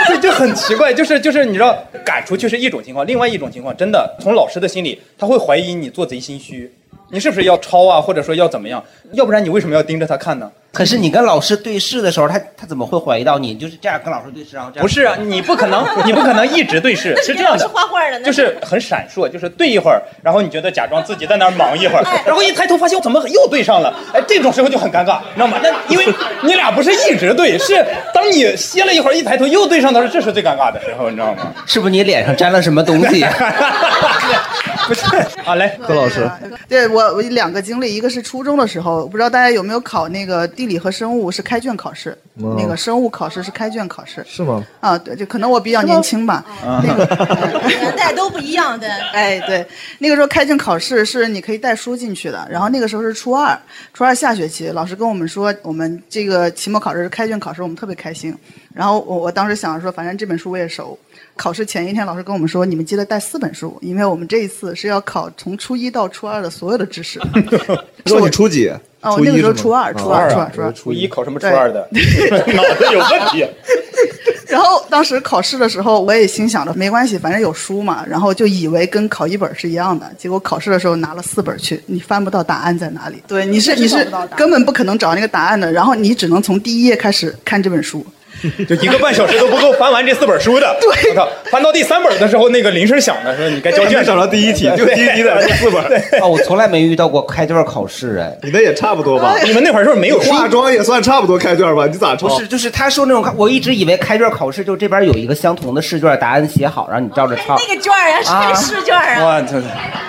A: 这 就很奇怪，就是就是你知道，赶出去是一种情况，另外一种情况，真的从老师的心里，他会怀疑你做贼心虚，你是不是要抄啊，或者说要怎么样，要不然你为什么要盯着他看呢？
C: 可是你跟老师对视的时候，他他怎么会怀疑到你？你 就是这样跟老师对视，然后这样
A: 不是啊，你不可能，你不可能一直对视，是这样的，
D: 画的
A: 就是很闪烁，就是对一会儿，然后你觉得假装自己在那儿忙一会儿，然后一抬头发现我怎么又对上了，哎，这种时候就很尴尬，你知道吗？那因为你俩不是一直对，是当你歇了一会儿，一抬头又对上的时候，这是最尴尬的时候，你知道吗？
C: 是不是你脸上沾了什么东西？
A: 不是 啊，来，
B: 何老师，
I: 对我我两个经历，一个是初中的时候，不知道大家有没有考那个地理和生物是开卷考试，
B: 嗯
I: 那个生物考试是开卷考试。
B: 是吗？
I: 啊，对，就可能我比较年轻吧，
B: 啊，
D: 年代都不一样的。
I: 哎，对，那个时候开卷考试是你可以带书进去的，然后那个时候是初二，初二下学期，老师跟我们说，我们这个期末考试是开卷考试，我们特别开心。然后我我当时想着说，反正这本书我也熟。考试前一天，老师跟我们说，你们记得带四本书，因为我们这一次是要考从初一到初二的所有的知识。
B: 说你初几？
I: 哦
B: 初一
I: 那个时候
B: 是吗
I: 初二
B: 啊
I: 初二初二
B: 初二，
A: 初一考什么初二 的，脑子有问题。
I: 然后当时考试的时候，我也心想着没关系，反正有书嘛，然后就以为跟考一本是一样的。结果考试的时候拿了四本去，你翻不到答案在哪里。对，你是你
H: 真
I: 是
H: 找不到答案
I: 根本不可能找那个答案的，然后你只能从第一页开始看这本书。
A: 就一个半小时都不够翻完这四本书的。对，我操，翻到第三本的时候，那个铃声响了，说你该 交卷了。
B: 找到第一题，就第一题在 这四本。
C: 啊，我从来没遇到过开卷考试哎。
B: 你们也差不多吧？
A: 你们那会儿是不是没有书
B: 化妆也算差不多开卷吧？你咋抄？
C: 不是，就是他说那种，我一直以为开卷考试就这边有一个相同的试卷，答案写好，然后你照着抄。
D: 那个卷儿啊，
C: 啊
D: 是试卷儿啊。
A: 哇，他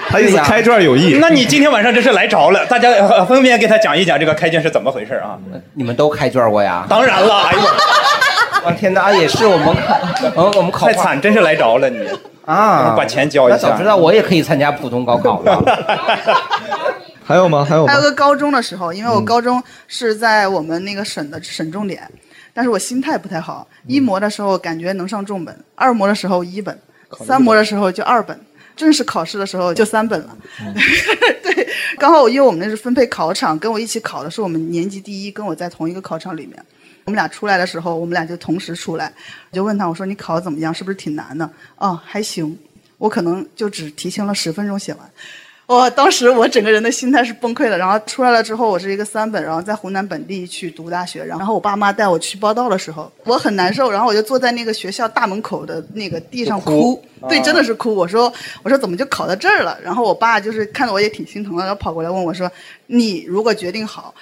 B: 他意思开卷有益。
A: 那你今天晚上真是来着了，大家呃分别给他讲一讲这个开卷是怎么回事啊？
C: 你们都开卷过呀？
A: 当然了，哎呦，
C: 我天哪，也是我们考，我们我们考
A: 太惨，真是来着了你。
C: 啊！
A: 把钱交一下
C: 那早知道我也可以参加普通高考了。
B: 还有吗？还有吗
I: 还
B: 嗯
I: 有？个高中的时候，因为我高中是在我们那个省的省重点，但是我心态不太好。
B: 嗯
I: 一模的时候感觉能上重本，二模的时候一本，三模的时候就二本，正式考试的时候就三本了。
B: 嗯
I: 对，刚好因为我们那是分配考场，跟我一起考的是我们年级第一，跟我在同一个考场里面。我们俩出来的时候，我们俩就同时出来，我就问他，我说你考得怎么样？是不是挺难的？哦，还行，我可能就只提前了十分钟写完。我当时我整个人的心态是崩溃的，然后出来了之后，我是一个三本，然后在湖南本地去读大学，然后我爸妈带我去报到的时候，我很难受，然后我就坐在那个学校大门口的那个地上
H: 就
I: 哭，
H: 哭
I: 对，
H: 啊
I: 真的是哭。我说我说怎么就考到这儿了？然后我爸就是看着我也挺心疼的，然后跑过来问我说，你如果决定好，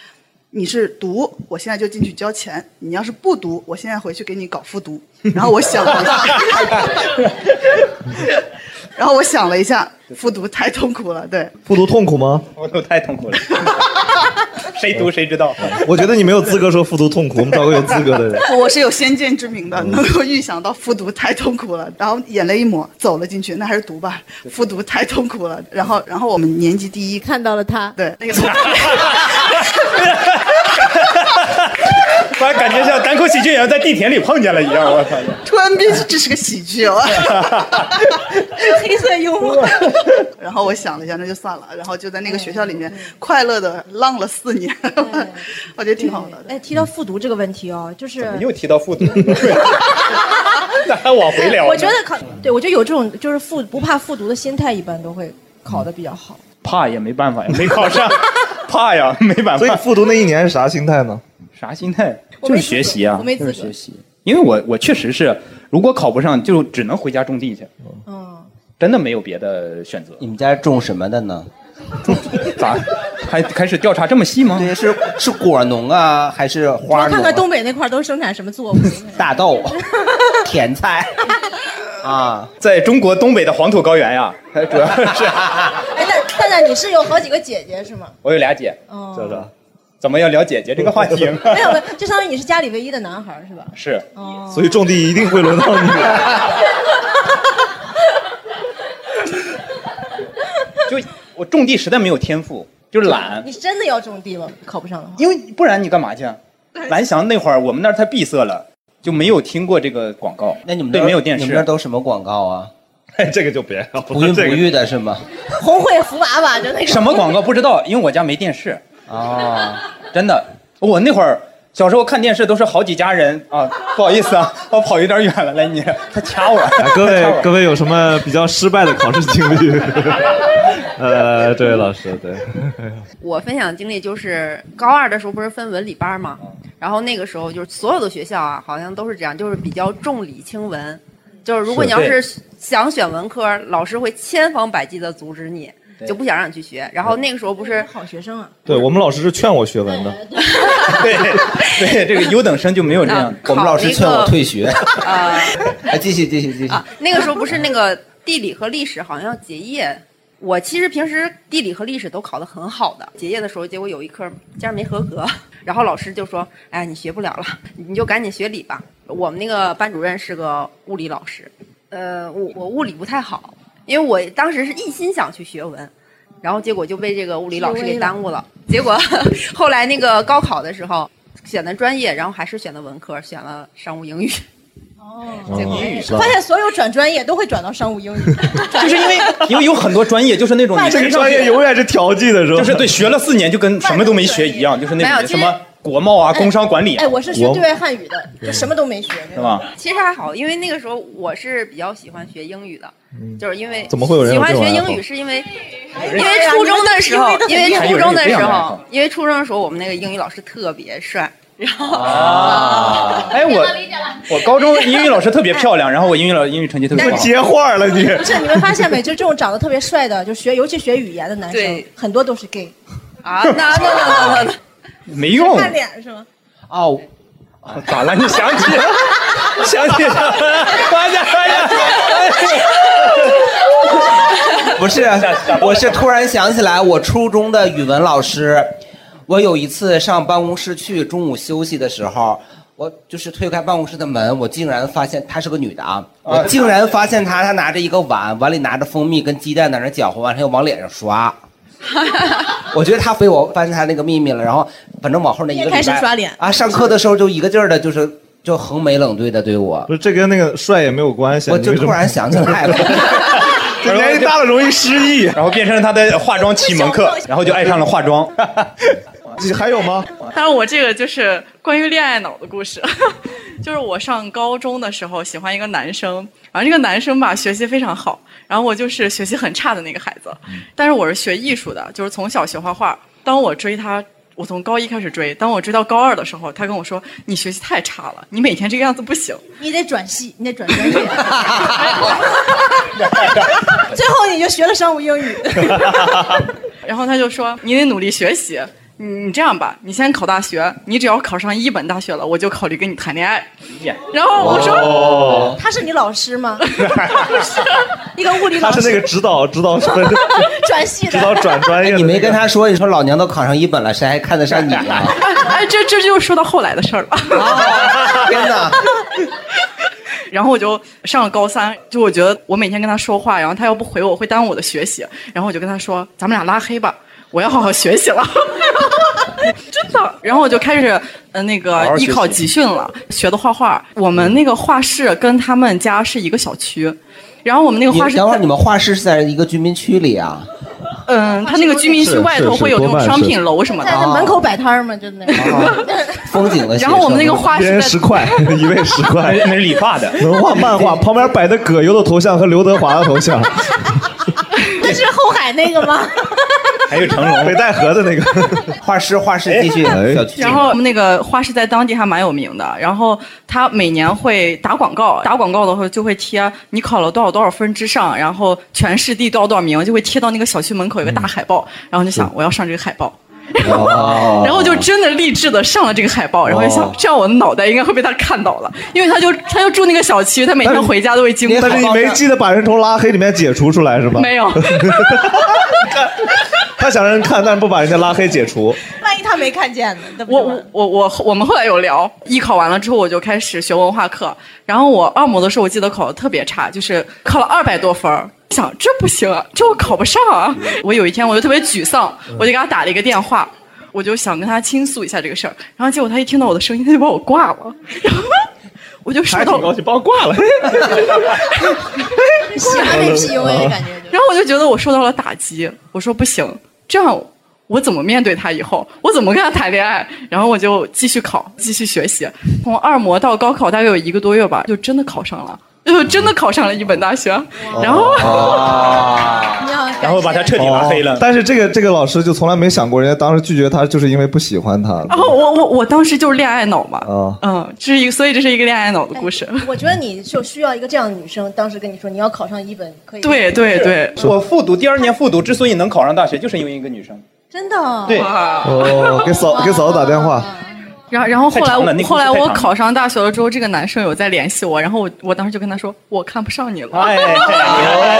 I: 你是读，我现在就进去交钱；你要是不读，我现在回去给你搞复读。然后我想了一下， 然后我想了一下，复读太痛苦了，对。
B: 复读痛苦吗？
A: 我都太痛苦了，谁读谁知道。
B: 我觉得你没有资格说复读痛苦，我们找个有资格的 人。嗯
I: 我是有先见之明的，能够预想到复读太痛苦了，然后眼泪一抹，走了进去，那还是读吧，复读太痛苦了。然后，然后我们年级第一看到了他， 对那个同学，
A: 突然感觉像单口喜剧演员在地铁里碰见了一样，我操！
I: 突然变这是个喜剧哦，
D: 黑色幽默。
I: 然后我想了一下，那就算了，然后就在那个学校里
D: 嗯
I: 面快乐的浪了四年， 我觉得挺好的。
D: 哎，提到复读这个问题哦，就是
A: 你又提到复读，那还往回聊呢？
D: 我觉得考，对我觉得有这种就是复不怕复读的心态，一般都会考的比较好。
A: 怕也没办法呀，没考上， 怕呀，没办法。
B: 所以复读那一年是啥心态呢？
A: 啥心态？
D: 我
A: 就
D: 没
A: 是
D: 资格
A: 学习啊，
D: 我没资
A: 就
D: 格
A: 是学习。因为我我确实是如果考不上，就只能回家种地去。
D: 嗯，
A: 真的没有别的选择。
C: 你们家种什么的呢？
A: 咋还开始调查这么细吗？
C: 对，是是果农啊，还是花
D: 我
C: 农
D: 看
C: 啊？
D: 看东北那块儿都生产什么作物。
C: 大豆、 甜 菜啊，
A: 在中国东北的黄土高原呀，它主要 是
D: 哎，蛋蛋蛋，你是有好几个姐姐是 吗？
A: 我有俩姐，
D: 哦
A: 这个怎么要聊姐姐这个话题呢？
D: 没有没有，就相当于你是家里唯一的男孩儿是吧？
A: 是，
D: 哦，
B: 所以种地一定会轮到你。
A: 就 我种地实在没有天赋，就是懒，
D: 你是真的要种地了，考不上的话。
A: 因为不然你干嘛去啊？蓝翔那会儿我们那儿太闭塞了，就没有听过这个广告。
C: 那你们那
A: 对
C: 儿
A: 没有电
C: 你们那儿
A: 视，
C: 都什么广告 啊？
B: 这个就别聊了，
C: 不孕不
B: 这个
C: 育的是吗？
D: 红会福娃娃就那种。
A: 什么广告不知道，因为我家没 电视，
C: 啊，
A: 真的。我那会儿小时候看电视都是好几家人啊，不好意思啊，我跑有点远了，来你他掐我，
B: 哎各
A: 他掐我
B: 位各位有什么比较失败的考试经历？ 呃，这位老师，对，
H: 我分享的经历就是高二的时候不是分文理班嘛，然后那个时候就是所有的学校啊，好像都是这样，就是比较重理轻文，就是如果
A: 是
H: 你要
A: 对
H: 是想选文科，老师会千方百计的阻止你，
A: 对
H: 就不想让你去学。然后那个时候不是
D: 好学生啊，
B: 对我们老师是劝我学文的，
A: 对 对，这个优等生就没有 这样
H: 啊。
C: 我们老师劝我退 学，
H: 啊、
C: 哎，继续继续继续，
H: 啊，那个时候不是那个地理和历史好像要结业。我其实平时地理和历史都考得很好的，结业的时候结果有一科竟然没合格，然后老师就说：“哎，你学不了了，你就赶紧学理吧。”我们那个班主任是个物理老师，呃，我我物理不太好，因为我当时是一心想去学文，然后结果就被这个物理老师给耽误了。结果后来那个高考的时候选的专业，然后还是选的文科，选了商务英语。结果
A: 哦
B: 嗯
D: 发现所有转专 业都会转到商务英语，
A: 就是因为 因为有很多专业就是那种你
B: 这个
A: 升上
B: 专业
A: 去
B: 永远是调剂的，是吧？
A: 就是对学了四年就跟什么都没学一样，就是那
H: 没有
A: 种
H: 其实
A: 什么国贸啊、工商管理
D: 哎，我是学
B: 我
D: 对外汉语的，就什么都没学，
A: 是吧？
H: 其实还好，因为那个时候我是比较喜欢学英语的，就是因为
B: 嗯怎么会有人
H: 喜
B: 有这
H: 欢
B: 种
H: 学
B: 爱好
H: 英语？是因为
D: 哎
H: 因为初中的时候，因为
A: 还
H: 初
A: 有人有
H: 中的
A: 这样
H: 时
A: 的爱
H: 候
A: 好，
H: 因为初中的时候我们那个英语老师特别帅，然后
A: 啊，哎我我高中英语老师特别漂亮，然后我英语老师英语成绩特别
B: 不
A: 好。
B: 接话了你。
D: 哎不是， 你们发现没？就这种长得特别帅的，就学尤其学语言的男生
H: 对，
D: 很多都是 gay，
H: 啊，那那那那那
A: 没用，
D: 看脸是吗？
C: 哦，
A: 咋了？你想 起想起了？关键 关键，
C: 不是，我是突然想起来，我初中的语文老师，我有一次上办公室去，中午休息的时候，我就是推开办公室的门，我竟然发现她是个女的啊，我竟然发现她，她拿着一个碗，碗里拿着蜂蜜跟鸡蛋在那搅和，完了又往脸上 刷。我觉得她被我发现她那个秘密了，然后反正往后那一个礼拜
D: 也开始刷脸
C: 啊，上课的时候就一个劲儿的，就是就横眉冷对的对我
B: 不，是这跟那个帅也没有关系。
C: 我
B: 你
C: 就
B: 为什
C: 突
B: 么
C: 然想起来 了。
B: 这年纪大了容易失忆。
A: 然后变成他的化妆启蒙 课，然后就爱上了化妆。
B: 你还有吗？
J: 当然，我这个就是关于恋爱脑的故事， 就是我上高中的时候喜欢一个男生，然后这个男生吧学习非常好，然后我就是学习很差的那个孩子，但是我是学艺术的，就是从小学画画。当我追他，我从高一开始追，当我追到高二的时候，他跟我说：“你学习太差了，你每天这个样子不行。
D: 你得转系，你得转专业。最后你就学了商务英语，”
J: 然后他就说：“你得努力学习，你你这样吧，你先考大学，你只要考上一本大学了，我就考虑跟你谈恋爱。”然
B: 哦
J: 后我说。
D: 他是你老师吗？ 一个物理
B: 他
D: 老
B: 是那
D: 师
B: 个指导指导专
D: 转系
B: 指导
D: 的，
B: 转专业的那个。
C: 哎你没跟他说，你说老娘都考上一本了，谁还看得上你啊？
J: 哎，这这就是说到后来的事儿了。
C: 啊天哪！
J: 然后我就上了高三，就我觉得我每天跟他说话，然后他要不回我会耽误我的学习，然后我就跟他说，咱们俩拉黑吧，我要好好学习了。 真的，然后我就开始呃那
A: 好
J: 个
A: 好学
J: 艺
A: 习
J: 考集训了，学的画画。我们那个画室跟他们家是一个小区，然后我们那个
C: 你
J: 画室
C: 等会儿
J: 在，
C: 你们画室是在一个居民区里 啊？
J: 嗯，他那个居民区
B: 是
J: 外
B: 是
J: 头
B: 是
J: 会有那
B: 多
J: 种
B: 半
J: 商
B: 是
J: 品楼什么的哦
D: 在。那门口摆摊儿吗？就那种。
C: 风景的。
J: 然后我们那个，画
B: 一
J: 室
B: 人
J: 在
B: 十块，一位十块。
A: 那是理发的，
B: 文化漫 画旁边摆的葛优的头像和刘德华的头像，
D: 那是后海那个吗？
A: 还有成龙
B: 北戴河的那 个哎
C: 画师，画师继续。
J: 然后那个花市在当地还蛮有名的，然后他每年会打广告，打广告的话就会贴你考了多少多少分之上，然后全市第多少多少名，就会贴到那个小区门口有个大海报，然后就想我要上这个海报。
C: 哦
J: 然后就真的励志的上了这个海报，然后就想
B: 哦，
J: 这样我的脑袋应该会被他看到了，因为他就他就住那个小区，他每天回家都会经过。
B: 但是你没记得把人从拉黑里面解除出来是吧？
J: 没有
B: 他想让人看，但是不把人家拉黑解除。
J: 万一他没看见呢？我我我我我们后来有聊，艺考完了之后我就开始学文化课，然后我二模的时候我记得考的特别差，就是考了二百多分儿想这不行啊，这我考不上啊！我有一天我就特别沮丧，我就给他打了一个电话，我就想跟他倾诉一下这个事儿，然后结果他一听到我的声音，他就把我挂了，然 后我就收
B: 还
J: 到
B: 挺高兴，把我挂 了。
J: 喜
B: 欢
A: 啊
B: 被 PUA 的感
J: 觉。然后我就觉得我受到了打击，我说不行，这样我怎么面对他以后？我怎么跟他谈恋爱？然后我就继续考，继续学习，从二模到高考大概有一个多月吧，就真的考上了，就哎真的考上了一本大学。 然后，
A: 哦然后把他彻底拉黑了。
B: 哦但是这个这个老师就从来没想过，人家当时拒绝他就是因为不喜欢他。
J: 然后我我我当时就是恋爱脑嘛，
B: 啊，
J: 嗯，这是一个，所以这是一个恋爱脑的故事。
D: 我觉得你就需要一个这样的女生，当时跟你说你要考上一本，可以。
A: 是我复读第二年复读之所以能考上大学，就是因为一个女生。
D: 真的。
A: 对，
B: 哦，给嫂给嫂子打电话。
J: 然后，然后后
A: 太
J: 来
A: 长了那故事
J: 后来
A: 太
J: 我
A: 长了
J: 考上大学了之后，这个男生有在联系我，然后我我当时就跟他说，我看不上你了。
A: 哎，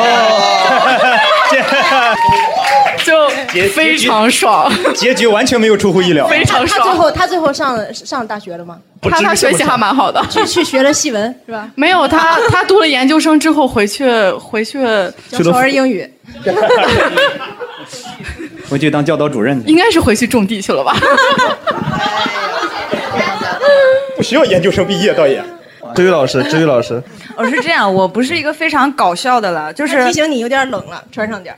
J: 就
A: 结
J: 非常爽，
A: 结局完全没有出乎意料，
D: 他他最后他最后上了上大学了吗？
A: 不知他他学习还
J: 蛮好的，
D: 去去学了戏文是吧？
J: 没有他，他读了研究生之后回去回去
D: 教首尔英语，
A: 回去当教导主任 去，
J: 应该是回去种地去 了吧？
A: 不需要研究生毕业倒也。
B: 至于老师，至于老师，
K: 我哦是这样，我不是一个非常搞笑的了，就是
D: 提醒你有点冷了，穿上点。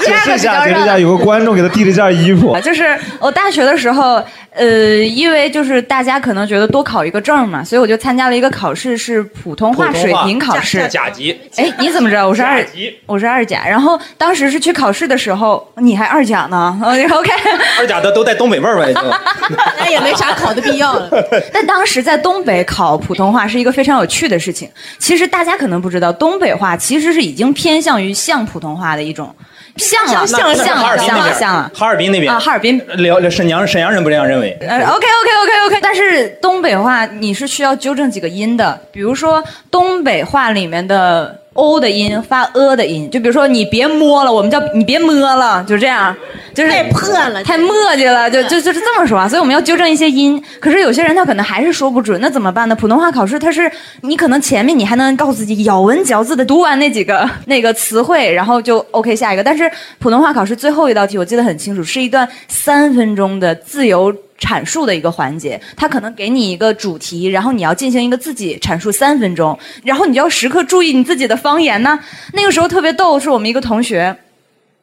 B: 解释一下，解释一下，有个观众给他递了一件衣服
K: 啊，。 就是我大学的时候，呃，因为就是大家可能觉得多考一个证嘛，所以我就参加了一个考试，是普通话水平考试。
A: 甲级。
K: 哎，你怎么知道我是二
A: 甲级？
K: 我是二甲。然后当时是去考试的时候，你还二甲呢？哦然后看，
A: 二甲的都带东北味儿吧？已经
D: 那也没啥考的必要 了。
K: 但当时在东北考普通话是一个非常有趣的事情。其实大家可能不知道，东北话其实是已经偏向于像普通话的一种，像了，像了，像
A: 哈尔
K: 了，
A: 滨
K: 像
A: 那
K: 了，
A: 边，
K: 像了。
A: 哈尔滨那边呃
K: 啊哈尔滨，
A: 辽辽沈阳沈阳人不这样认为。
K: 呃，OK OK OK OK，但是东北话你是需要纠正几个音的，比如说东北话里面的 o 的音发呃的音，就比如说你别摸了，我们叫你别摸了，就这样，就是太
D: 破了，
K: 太磨叽了，就就就是这么说啊。所以我们要纠正一些音，可是有些人他可能还是说不准，那怎么办呢？普通话考试它是你可能前面你还能告诉自己咬文嚼字的读完那几个 那个词汇，然后就 OK 下一个，但是普通话考试最后一道题我记得很清楚，是一段三分钟的自由。阐述的一个环节，他可能给你一个主题，然后你要进行一个自己阐述三分钟，然后你就要时刻注意你自己的方言呢、那个时候特别逗，是我们一个同学，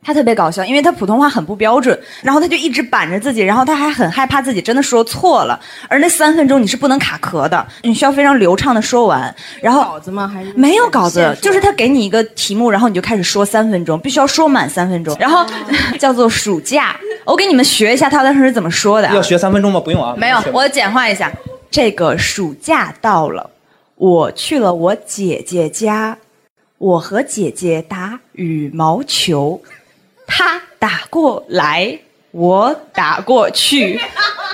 K: 他特别搞笑，因为他普通话很不标准，然后他就一直板着自己，然后他还很害怕自己真的说错了。而那三分钟你是不能卡壳的，你需要非常流畅的说完。然后稿
D: 子吗？还是
K: 没有稿子
D: 现，说
K: 就是他给你一个题目，然后你就开始说三分钟，必须要说满三 分钟。然后叫做暑假，我给你们学一下他当时是怎么说的、啊。
A: 要学三分钟吗？不用啊，
K: 没有
A: 不用，学
K: 我简化一下。这个暑假到了，我去了我姐姐家，我和姐姐打羽毛球，她打过来，我打过去，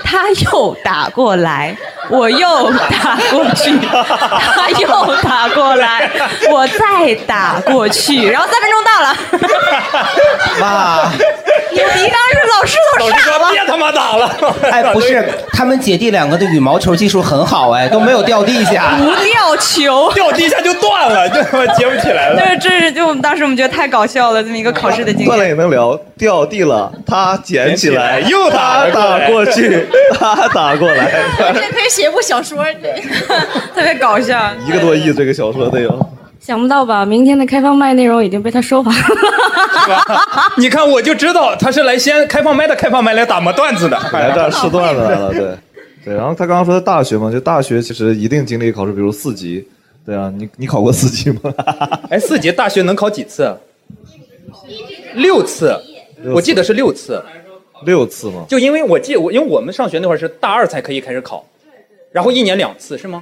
K: 她又打过来，我又打过去，她又打过来，我再打过去，然后三分钟到了，
C: 妈，
K: 牛逼！当时老师都傻了，
A: 打了！
C: 哎，不是，他们姐弟两个的羽毛球技术很好，哎，都没有掉地下。
K: 不掉 球，
A: 掉地下就断了，这他妈接不起来
K: 对，这是就我们当时我们觉得太搞笑了，这么一个考试的经
B: 断了
K: 历。
B: 也能聊，掉地了，他捡起来，
A: 捡起来又
B: 他
A: 打了过来
B: 打过去， 他打过来，
D: 这可以写部小说， 对，
K: 特别搞笑。
B: 一个多亿这个小说得有。
L: 想不到吧？明天的开放麦内容已经被他收完了。
A: 是吧？ 你看，我就知道他是来先开放麦的，开放麦来打磨段子的，
B: 来这儿试段子来了，对，对。然后他刚刚说的大学嘛，就大学其实一定经历考试，比如四级， 对啊，你你考过四级吗？
A: 哎，四级大学能考几次？六次，啊我记得是六次。
B: 六次吗？
A: 就因为我记我因为我们上学那会儿是大二才可以开始考，然后一年两次是吗？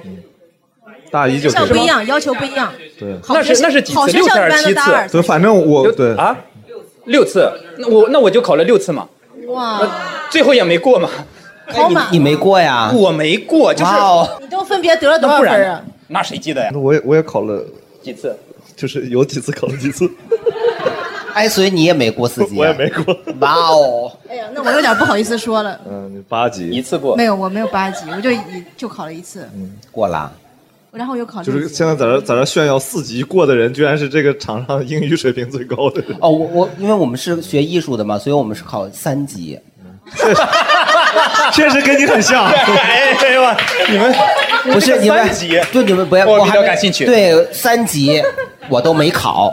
B: 大一就
D: 学校
B: 可以
D: 不一样，要求不一样。
B: 对，
D: 好学校好学校一般都大二才
B: 对，反正我对
A: 啊，六次，那我那我就考了六次嘛，
D: 哇，
A: 最后也没过嘛。
D: 考满
C: 你没过呀？
A: 我没过，就是
D: 你都分别得了多
A: 那
D: 少
A: 不
D: 分
A: 然
D: 儿啊？
A: 哦那谁记得呀？
B: 那我也我也考了
A: 几次，
B: 就是有几次考了几次，
C: 哎，所以你也没过四级，啊
B: 我也没过。
C: 哇哦，
D: 哎呀，那我有点不好意思说了。
B: 嗯，八级
A: 一次过
D: 没有，我没有八级，我就一就考了一次，
C: 过啦。
D: 然后又考了
B: 嗯就
D: 六
B: 是
D: 级。
B: 现在在这在这炫耀四级过的人，居然是这个场上英语水平最高的人。
C: 哦，我我因为我们是学艺术的嘛，所以我们是考三级。
B: 确实跟你很像
A: 哎哎我你们
C: 不是你们
A: 三级，
C: 就你们不要，
A: 我
C: 我
A: 比
C: 还
A: 较
C: 没
A: 感兴趣
C: 对，三级我都没考，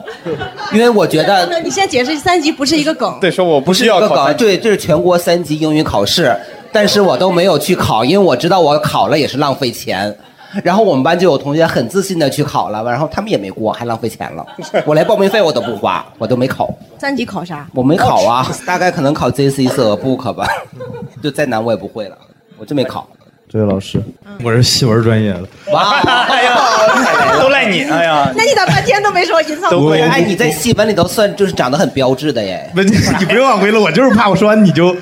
C: 因为我觉得
D: 你先解释，三级不是一个梗。
A: 对，说我
C: 不是一个梗，对，这是全国三级英语考试，但是我都没有去考，因为我知道我考了也是浪费钱。然后我们班就有同学很自信的去考了，然后他们也没过，还浪费钱了。我连报名费我都不花，我都没考，
D: 三级考啥？
C: 我没考 啊，大概可能考 JC 和 Book 吧， 就再难我也不会了，我真没考。
B: 这位老师，我是戏文专业的，
A: 哎呀，都赖你，哎呀，
D: 那你咋半天都没说隐藏？
C: 哎，你在戏文里头算就是长得很标致的耶。
M: 不，你你不用往回了，我就是怕我说完你就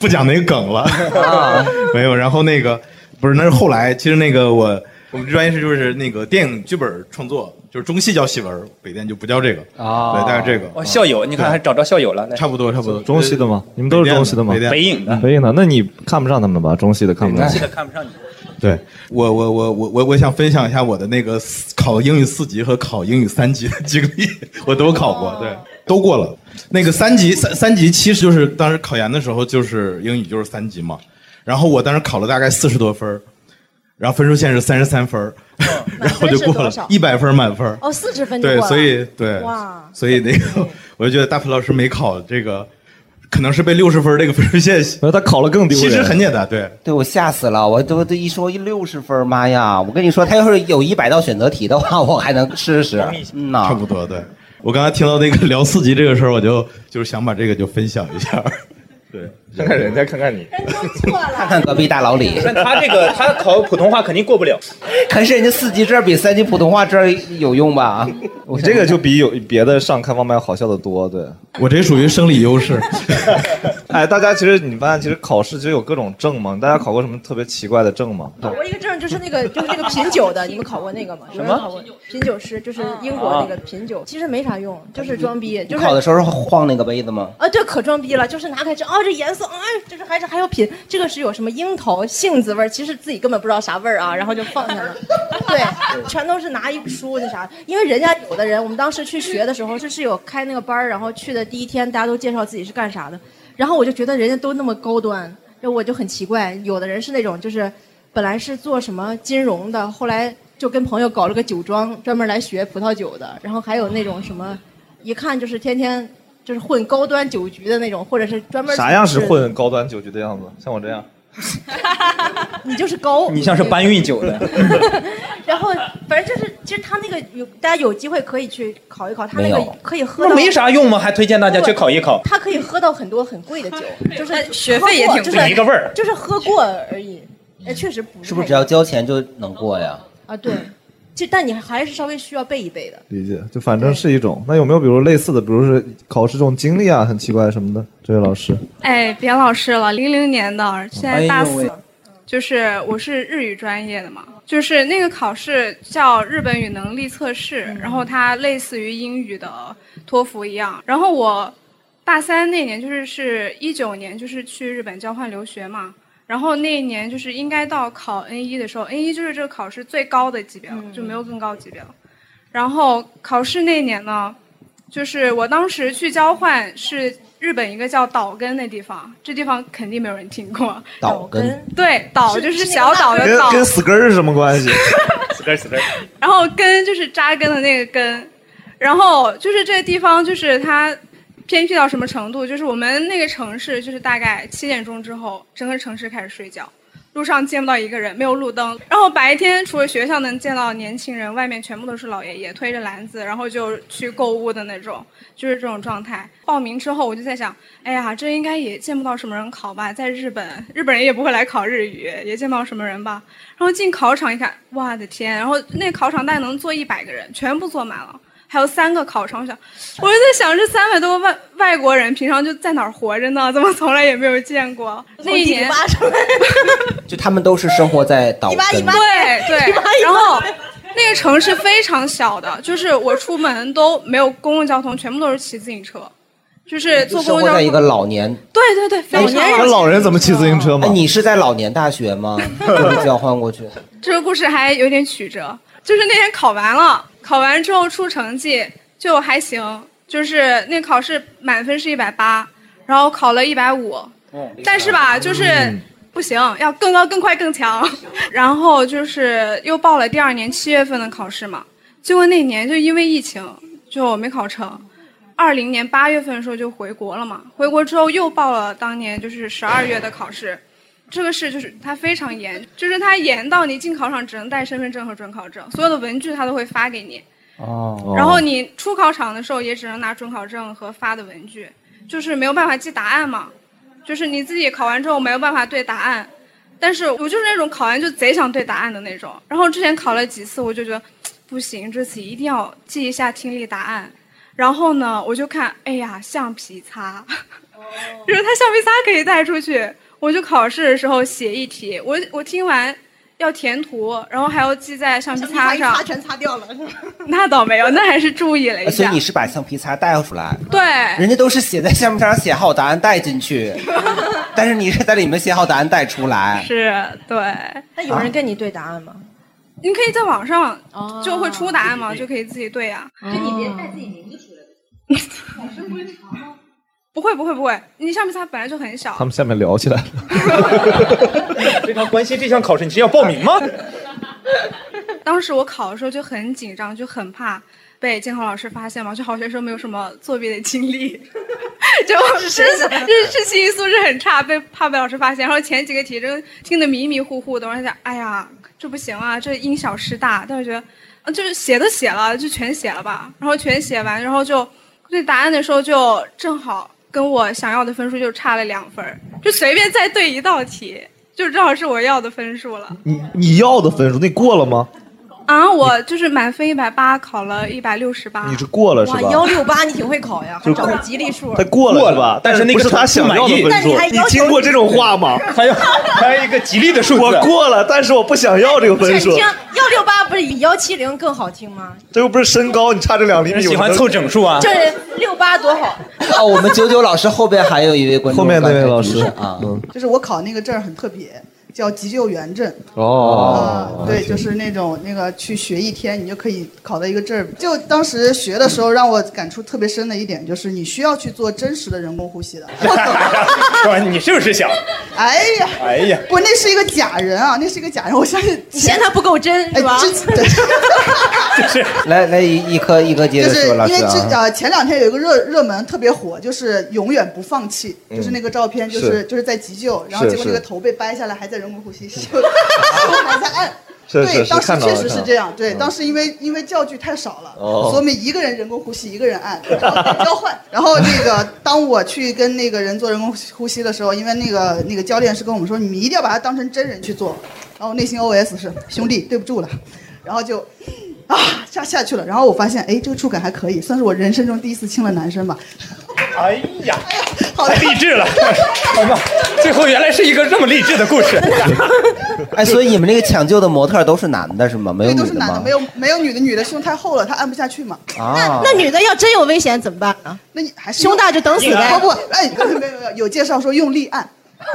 M: 不讲那个梗了。
B: 啊
M: 没有，然后那个不是，那是后来，其实那个我我们专业是就是那个电影剧本创作，就是中戏叫戏文，北电就不叫这个
A: 啊
M: 对，大概这个。
A: 哦，校友，你看还找着校友了，差
M: 不多差不多
B: 中戏的吗？你们都是中戏的吗？
M: 北电的北
A: 影
B: 的，北影的，那你看不上他们吧？中戏的看不上
M: 中戏的
A: 看不上你。
M: 对我我我我我我想分享一下我的那个四考英语四级和考英语三级的经历，我都考过，
D: 哦
M: 对，都过了。那个三级三三级其实就是当时考研的时候就是英语就是三级嘛，然后我当时考了大概四十多分儿然后分数线是三十三分儿然后就过
D: 满分
M: 了
D: 是多少
M: 一百分儿满分儿
D: 哦，四十分就
M: 对
D: 过，了啊
M: 所以对，
D: 哇，
M: 所以那个我就觉得大鹏老师没考这个，可能是被六十分儿这个分数线，
B: 他 考了更
C: 丢人
M: 其实很简单，对。
C: 对我吓死了，我都都一说一六十分，妈呀！我跟你说，他要是有一百道选择题的话，我还能试试。嗯呐，
M: 差不多对。我刚才听到那个聊四级这个事儿，我就就是想把这个就分享一下。对，
B: 看看人家，看看你，
C: 看看隔壁大老李。
A: 但他这个他考普通话肯定过不了，
C: 可是人家四级证比三级普通话证有用
M: 啊
C: 吧？
B: 你这个就比有别的上开放麦好笑的多。对
M: 我这属于生理优 势。
B: 哎，大家其实你发现，其实考试其实有各种证嘛。大家考过什么特别奇怪的证吗？
D: 考过一个证，就是那个就是那个品酒的，你们考过那个吗？有人
B: 什么
D: 考过品酒师，就是英国那个品酒，其实没啥用，就是装逼，就是
C: 考的时候晃那个杯子吗？
D: 啊，对，可装逼了，就是拿开吃，啊，这颜色，啊，就是还是还要品，这个是有什么樱桃、杏子味儿，其实自己根本不知道啥味儿啊，然后就放下了。对，全都是拿一书那啥，因为人家有的人，我们当时去学的时候是是有开那个班儿，然后去的第一天，大家都介绍自己是干啥的，然后我就觉得人家都那么高端，然后我就很奇怪，有的人是那种就是本来是做什么金融的，后来就跟朋友搞了个酒庄，专门来学葡萄酒的，然后还有那种什么，一看就是天天。就是混高端酒局的那种，或者是专门
B: 啥样是？混高端酒局的样子？像我这样，
D: 你就是高，
A: 你像是搬运酒的，
D: 然后反正就是，其实他那个有大家有机会可以去考一考，他那
A: 没
D: 个
A: 有
D: 可以喝
A: 那
D: 到
A: 没啥用吗？还推荐大家去考一考。
D: 他可以喝到很多很贵的酒，就是
L: 哎学费也挺
D: 就
C: 贵
D: 是
C: 一个味儿
D: 就是喝过而已。哎，确实不太
C: 是不是只要交钱就能过呀？
D: 啊？对，其实但你还是稍微需要背一背的。
B: 理解，就反正是一种。那有没有比如类似的，比如是考试这种经历啊，很奇怪什么的？这位老师，
N: 哎，别老师了，零零年的，现在大四，
B: 哎呦喂
N: 就是我是日语专业的嘛，就是那个考试叫日本语能力测试，
J: 嗯
N: 然后它类似于英语的托福一样。然后我大三那年就是是一九年，就是去日本交换留学嘛。然后那一年就是应该到考 N 一的时候，N 一就是这个考试最高的级别
J: 嗯
N: 了，就没有更高级别了。然后考试那年呢，就是我当时去交换是日本一个叫岛根的地方，这地方肯定没有人听过。
B: 岛根
N: 对，岛就是小岛的
B: 跟
N: 岛，
B: 跟死根儿是什么关系？
A: 死根死根。
N: 然后根就是扎根的那个根，然后就是这个地方就是它偏僻到什么程度，就是我们那个城市就是大概七点钟之后，整个城市开始睡觉。路上见不到一个人，没有路灯。然后白天除了学校能见到年轻人，外面全部都是老爷爷推着篮子，然后就去购物的那种，就是这种状态。报名之后，我就在想，哎呀，这应该也见不到什么人考吧，在日本，日本人也不会来考日语，也见不到什么人吧。然后进考场一看，我的天！然后那考场大概能坐一百个人，全部坐满了。还有三个考场，我想，我就在想，这三百多个外外国人平常就在哪儿活着呢？怎么从来也没有见过？那一年，
C: 就他们都是生活在岛根的，
N: 对对，然后那个城市非常小的，就是我出门都没有公共交通，全部都是骑自行车，就是
C: 就
N: 坐
C: 嗯生
N: 公
C: 活
N: 共交
C: 在一个
N: 通。
C: 老年。
N: 对对对，非常
C: 人怎么骑自行车吗？哎你是在老年大学 吗？就是交换过去。
N: 这个故事还有点曲折，就是那天考完了，考完之后出成绩就还行，就是那考试满分是一百八，然后考了一百五，但是
D: 嗯
N: 吧，就是
B: 嗯
N: 不行，要更高、更快、更强。 然后就是又报了第二年七月份的考试嘛，结果那年就因为疫情，就没考成。二零年八月份的时候就回国了嘛，回国之后又报了当年就是十二月的考试。这个事就是它非常严，就是它严到你进考场只能带身份证和准考证，所有的文具它都会发给你。
O: 哦
N: 然后你出考场的时候也只能拿准考证和发的文具，就是没有办法记答案嘛，就是你自己考完之后没有办法对答案。但是我就是那种考完就贼想对答案的那种，然后之前考了几次，我就觉得不行，这次一定要记一下听力答案。然后呢，我就看，哎呀，橡皮擦，就是它橡皮擦可以带出去。我就考试的时候写一题，我我听完要填图，然后还要记在橡皮擦上。
D: 擦全擦掉了，
N: 那倒没有，那还是注意了一
C: 哎
N: 下。
C: 所以你是把橡皮擦带出来，
N: 对，
C: 人家都是写在橡皮擦上写好答案带进去， 但是你是在里面写好答案带出来。
N: 是对。
D: 那有人跟你对答案吗？
N: 你可以在网上就会出答案嘛，就可以自己哦对啊哦呀、
D: 可你别带
N: 自己名字出来。 老师不会查吗？不会不会不会，你橡皮擦本来就很小
B: 他。们下面聊起来了。
A: 非常关心这项考试，你是要报 名吗？
N: 当时我考的时候就很紧张，就很怕被监考老师发现嘛，就好学生没有什么作弊的经历， 就是
D: 谁
N: 这
D: 想的
N: 这心理素质很差，被怕被老师发现。然后前几个题真听得迷迷糊糊的，我还想，哎呀，这不行啊，这因小失大。但是觉得，啊就是写都写了，就全写了吧。然后全写完，然后就对答案的时候就正好跟我想要的分数就差了两分儿，就随便再对一道题，就正好是我要的分数了。
B: 你你要的分数，那过了吗？
N: 啊，我就是满分一百八，考了一百六十八。
B: 你是过了是吧？
N: 八，你挺会考呀
B: 还就找过
D: 吉利数
B: 他过了是吧？
A: 但是那个
B: 不是他想要的分
A: 但
B: 数
A: 你还，要求
B: 听过这种话吗？
A: 还有 还有一个吉利的数字，
B: 我过了，但是我不想要这个
D: 不是
B: 分
D: 你
B: 数
D: 听，幺六八不是比幺七零更好听吗？
B: 这又不是身高，你差这两厘米。
A: 喜欢凑整数啊
D: 就是六八多好，
C: 哦，我们九 九老师后边还有一位观众，
B: 后面那位老师嗯
C: 啊，
I: 就是我考那个证儿很特别，叫急救员证。
B: 哦
I: 啊，对，就是那种那个去学一天，你就可以考到一个证儿。就当时学的时候，让我感触特别深的一点就是，你需要去做真实的人工呼吸的。
A: 说你是不是想？
I: 哎呀，
A: 哎呀
I: 不，那是一个假人啊，那是一个假人，我相信哎
D: 你嫌他不够真是吧？
C: 来来一一颗一颗接
I: 就
C: 着
I: 是
C: 说，
I: 因
C: 老
I: 为
C: 师
I: 之
C: 啊，
I: 呃前两天有一个热热门特别火，就是永远不放弃，就是那个照片，就是是就是在急救，然后
B: 嗯
I: 结
B: 是
I: 果那个
B: 是
I: 头被掰下来，还在人工呼 吸，手手还在按。
B: 是是
I: 对，
B: 是
I: 当时
B: 看到
I: 确
B: 了
I: 实
B: 看
I: 是
B: 到
I: 这
B: 了
I: 样。对，
B: 嗯
I: 当时因为因为教具太少了，
B: 哦
I: 所以我们一个人人工呼吸，一个人按，然后得交换。然后那个当我去跟那个人做人工呼吸的时候，因为那个那个教练是跟我们说，你们一定要把它当成真人去做。然后我内心 OS 是兄弟，对不住了。然后就啊下下去了，然后我发现哎这个触感还可以，算是我人生中第一次亲了男生吧。
A: 哎呀，太励志 了！哎呀，最后原来是一个这么励志的故 事。
C: 哎，所以你们那个抢救的模特都是男的是吗？没有
I: 对，
C: 女
I: 都是
C: 的
I: 男的，
C: 吗
I: 没？有没有女的，女的胸太厚了，她按不下去嘛。
C: 啊，
D: 那女的要真有危险怎么办啊？
I: 那你还是
D: 胸大就等死呗。
I: 不不，哎，没有没有没有，有介绍说用力按。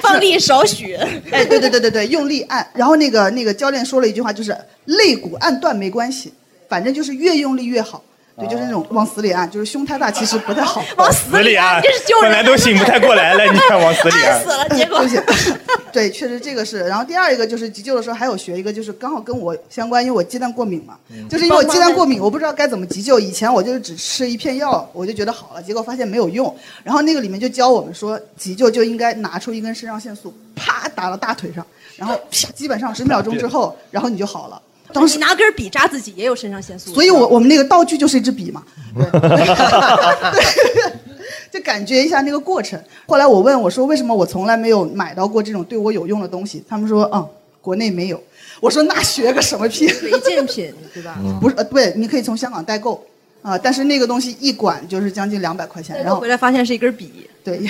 D: 放力少许，
I: 哎，对对对对对，用力按。然后那个那个教练说了一句话，就是肋骨按断没关系，反正就是越用力越好。对，就是那种往死里按，就是胸太大其实不太好。
D: 往死里按这是救
A: 哎
D: 人的本来都醒 不太过来了你看往死里啊按按死了结果
I: 哎对不起 对，确实这个是。然后第二一个就是急救的时候还有学一个，就是刚好跟我相关，因为我鸡蛋过敏嘛，
D: 嗯
I: 就是因为我鸡蛋过敏，我不知道该怎么急救。以前我就是只吃一片药，我就觉得好了，结果发现没有用。然后那个里面就教我们说，急救就应该拿出一根肾上腺素，啪打到大腿上，然后啪，基本上十秒钟之后，然后你就好了。当时
D: 你拿根笔扎自己也有肾上腺素，
I: 所以我我们那个道具就是一支笔嘛，对就感觉一下那个过程。后来我问我说为什么我从来没有买到过这种对我有用的东西，他们说嗯国内没有，我说那学个什么屁，
D: 违禁品对吧？
J: 嗯
A: 嗯
I: 不是呃对，你可以从香港代购啊、但是那个东西一管就是将近两百块钱，然后
D: 回来发现是一根笔，
I: 对，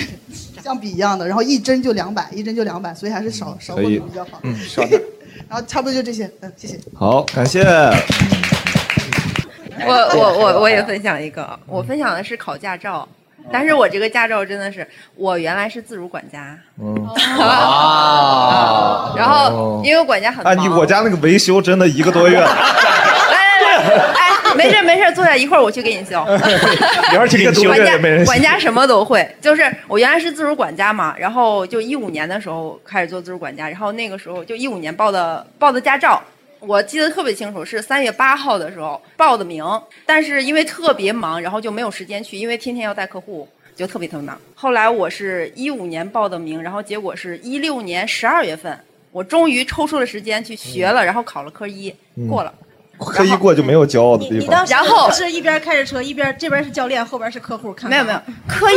I: 像笔一样的，然后一针就两百，一针就两百，所以还是少少
B: 可
I: 过
B: 以
I: 敏比较好，。
B: 嗯，稍等
I: 然后差不多就这些，嗯，谢谢。
B: 好，感谢。
H: 我我我我也分享一个，我分享的是考驾照，
D: 嗯
H: 但是我这个驾照真的是，我原来是自如管家，
B: 啊
H: 然后因为管家很
B: 哎，
H: 忙，
B: 你我家那个维修真的一个多 月，
H: 哎， 没事没事，坐下一会儿我去给你 修。
B: 一会儿去给你修
H: 管
B: 这
H: 家
B: 个没人信
H: 管家什么都会，就是我原来是自主管家嘛，然后就一五年的时候开始做自主管家，然后那个时候就一五年报的报的驾照，我记得特别清楚，是三月八号的时候报的名，但是因为特别忙，然后就没有时间去，因为天天要带客户。就特别特别忙。后来我是一五年报的名，然后结果是一六年十二月份，我终于抽出了时间去学了，然后考了科一，
B: 嗯
H: 过了。
B: 科一过就没有骄傲的地
D: 你当
B: 方。
D: 时
H: 然后
D: 是一边开着车，一边这边是教练，后边是客户，看
H: 没有没有，科 一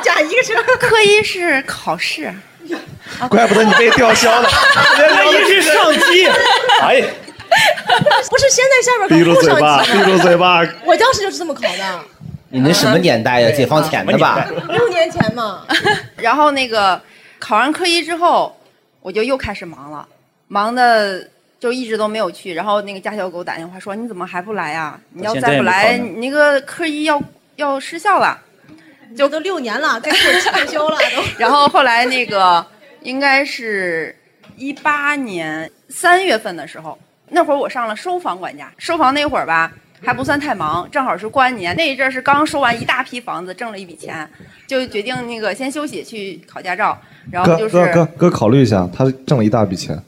D: 加一个车，
H: 科一是考试，
B: 怪不得你被吊 销了，
A: 科一是上机，
B: 哎，
D: 不是先在下 边
B: 闭住
D: 搞后
B: 嘴
D: 上
B: 巴，
D: 级
B: 闭住嘴巴。
D: 我当时就是这么考的，
C: 你那什么年代 呀？解放前的吧？
D: 六年前嘛，
H: 然后那个考完科一之后，我就又开始忙了，忙的就一直都没有去。然后那个家小狗打电话说：“你怎么还不来啊？你要再不来，
D: 我现在也没考呢
H: 你那个科一要要失效了。”
D: 就都六年了，该退退休了都。
H: 然后后来那个应该是一八年三月份的时候，那会儿我上了收房管家。收房那会儿吧，还不算太忙，正好是过完年那一阵儿是刚收完一大批房子，挣了一笔钱，就决定那个先休息去考驾照。然后就
B: 哥哥哥
H: 是，
B: 哥，考虑一下，他挣了一大笔钱，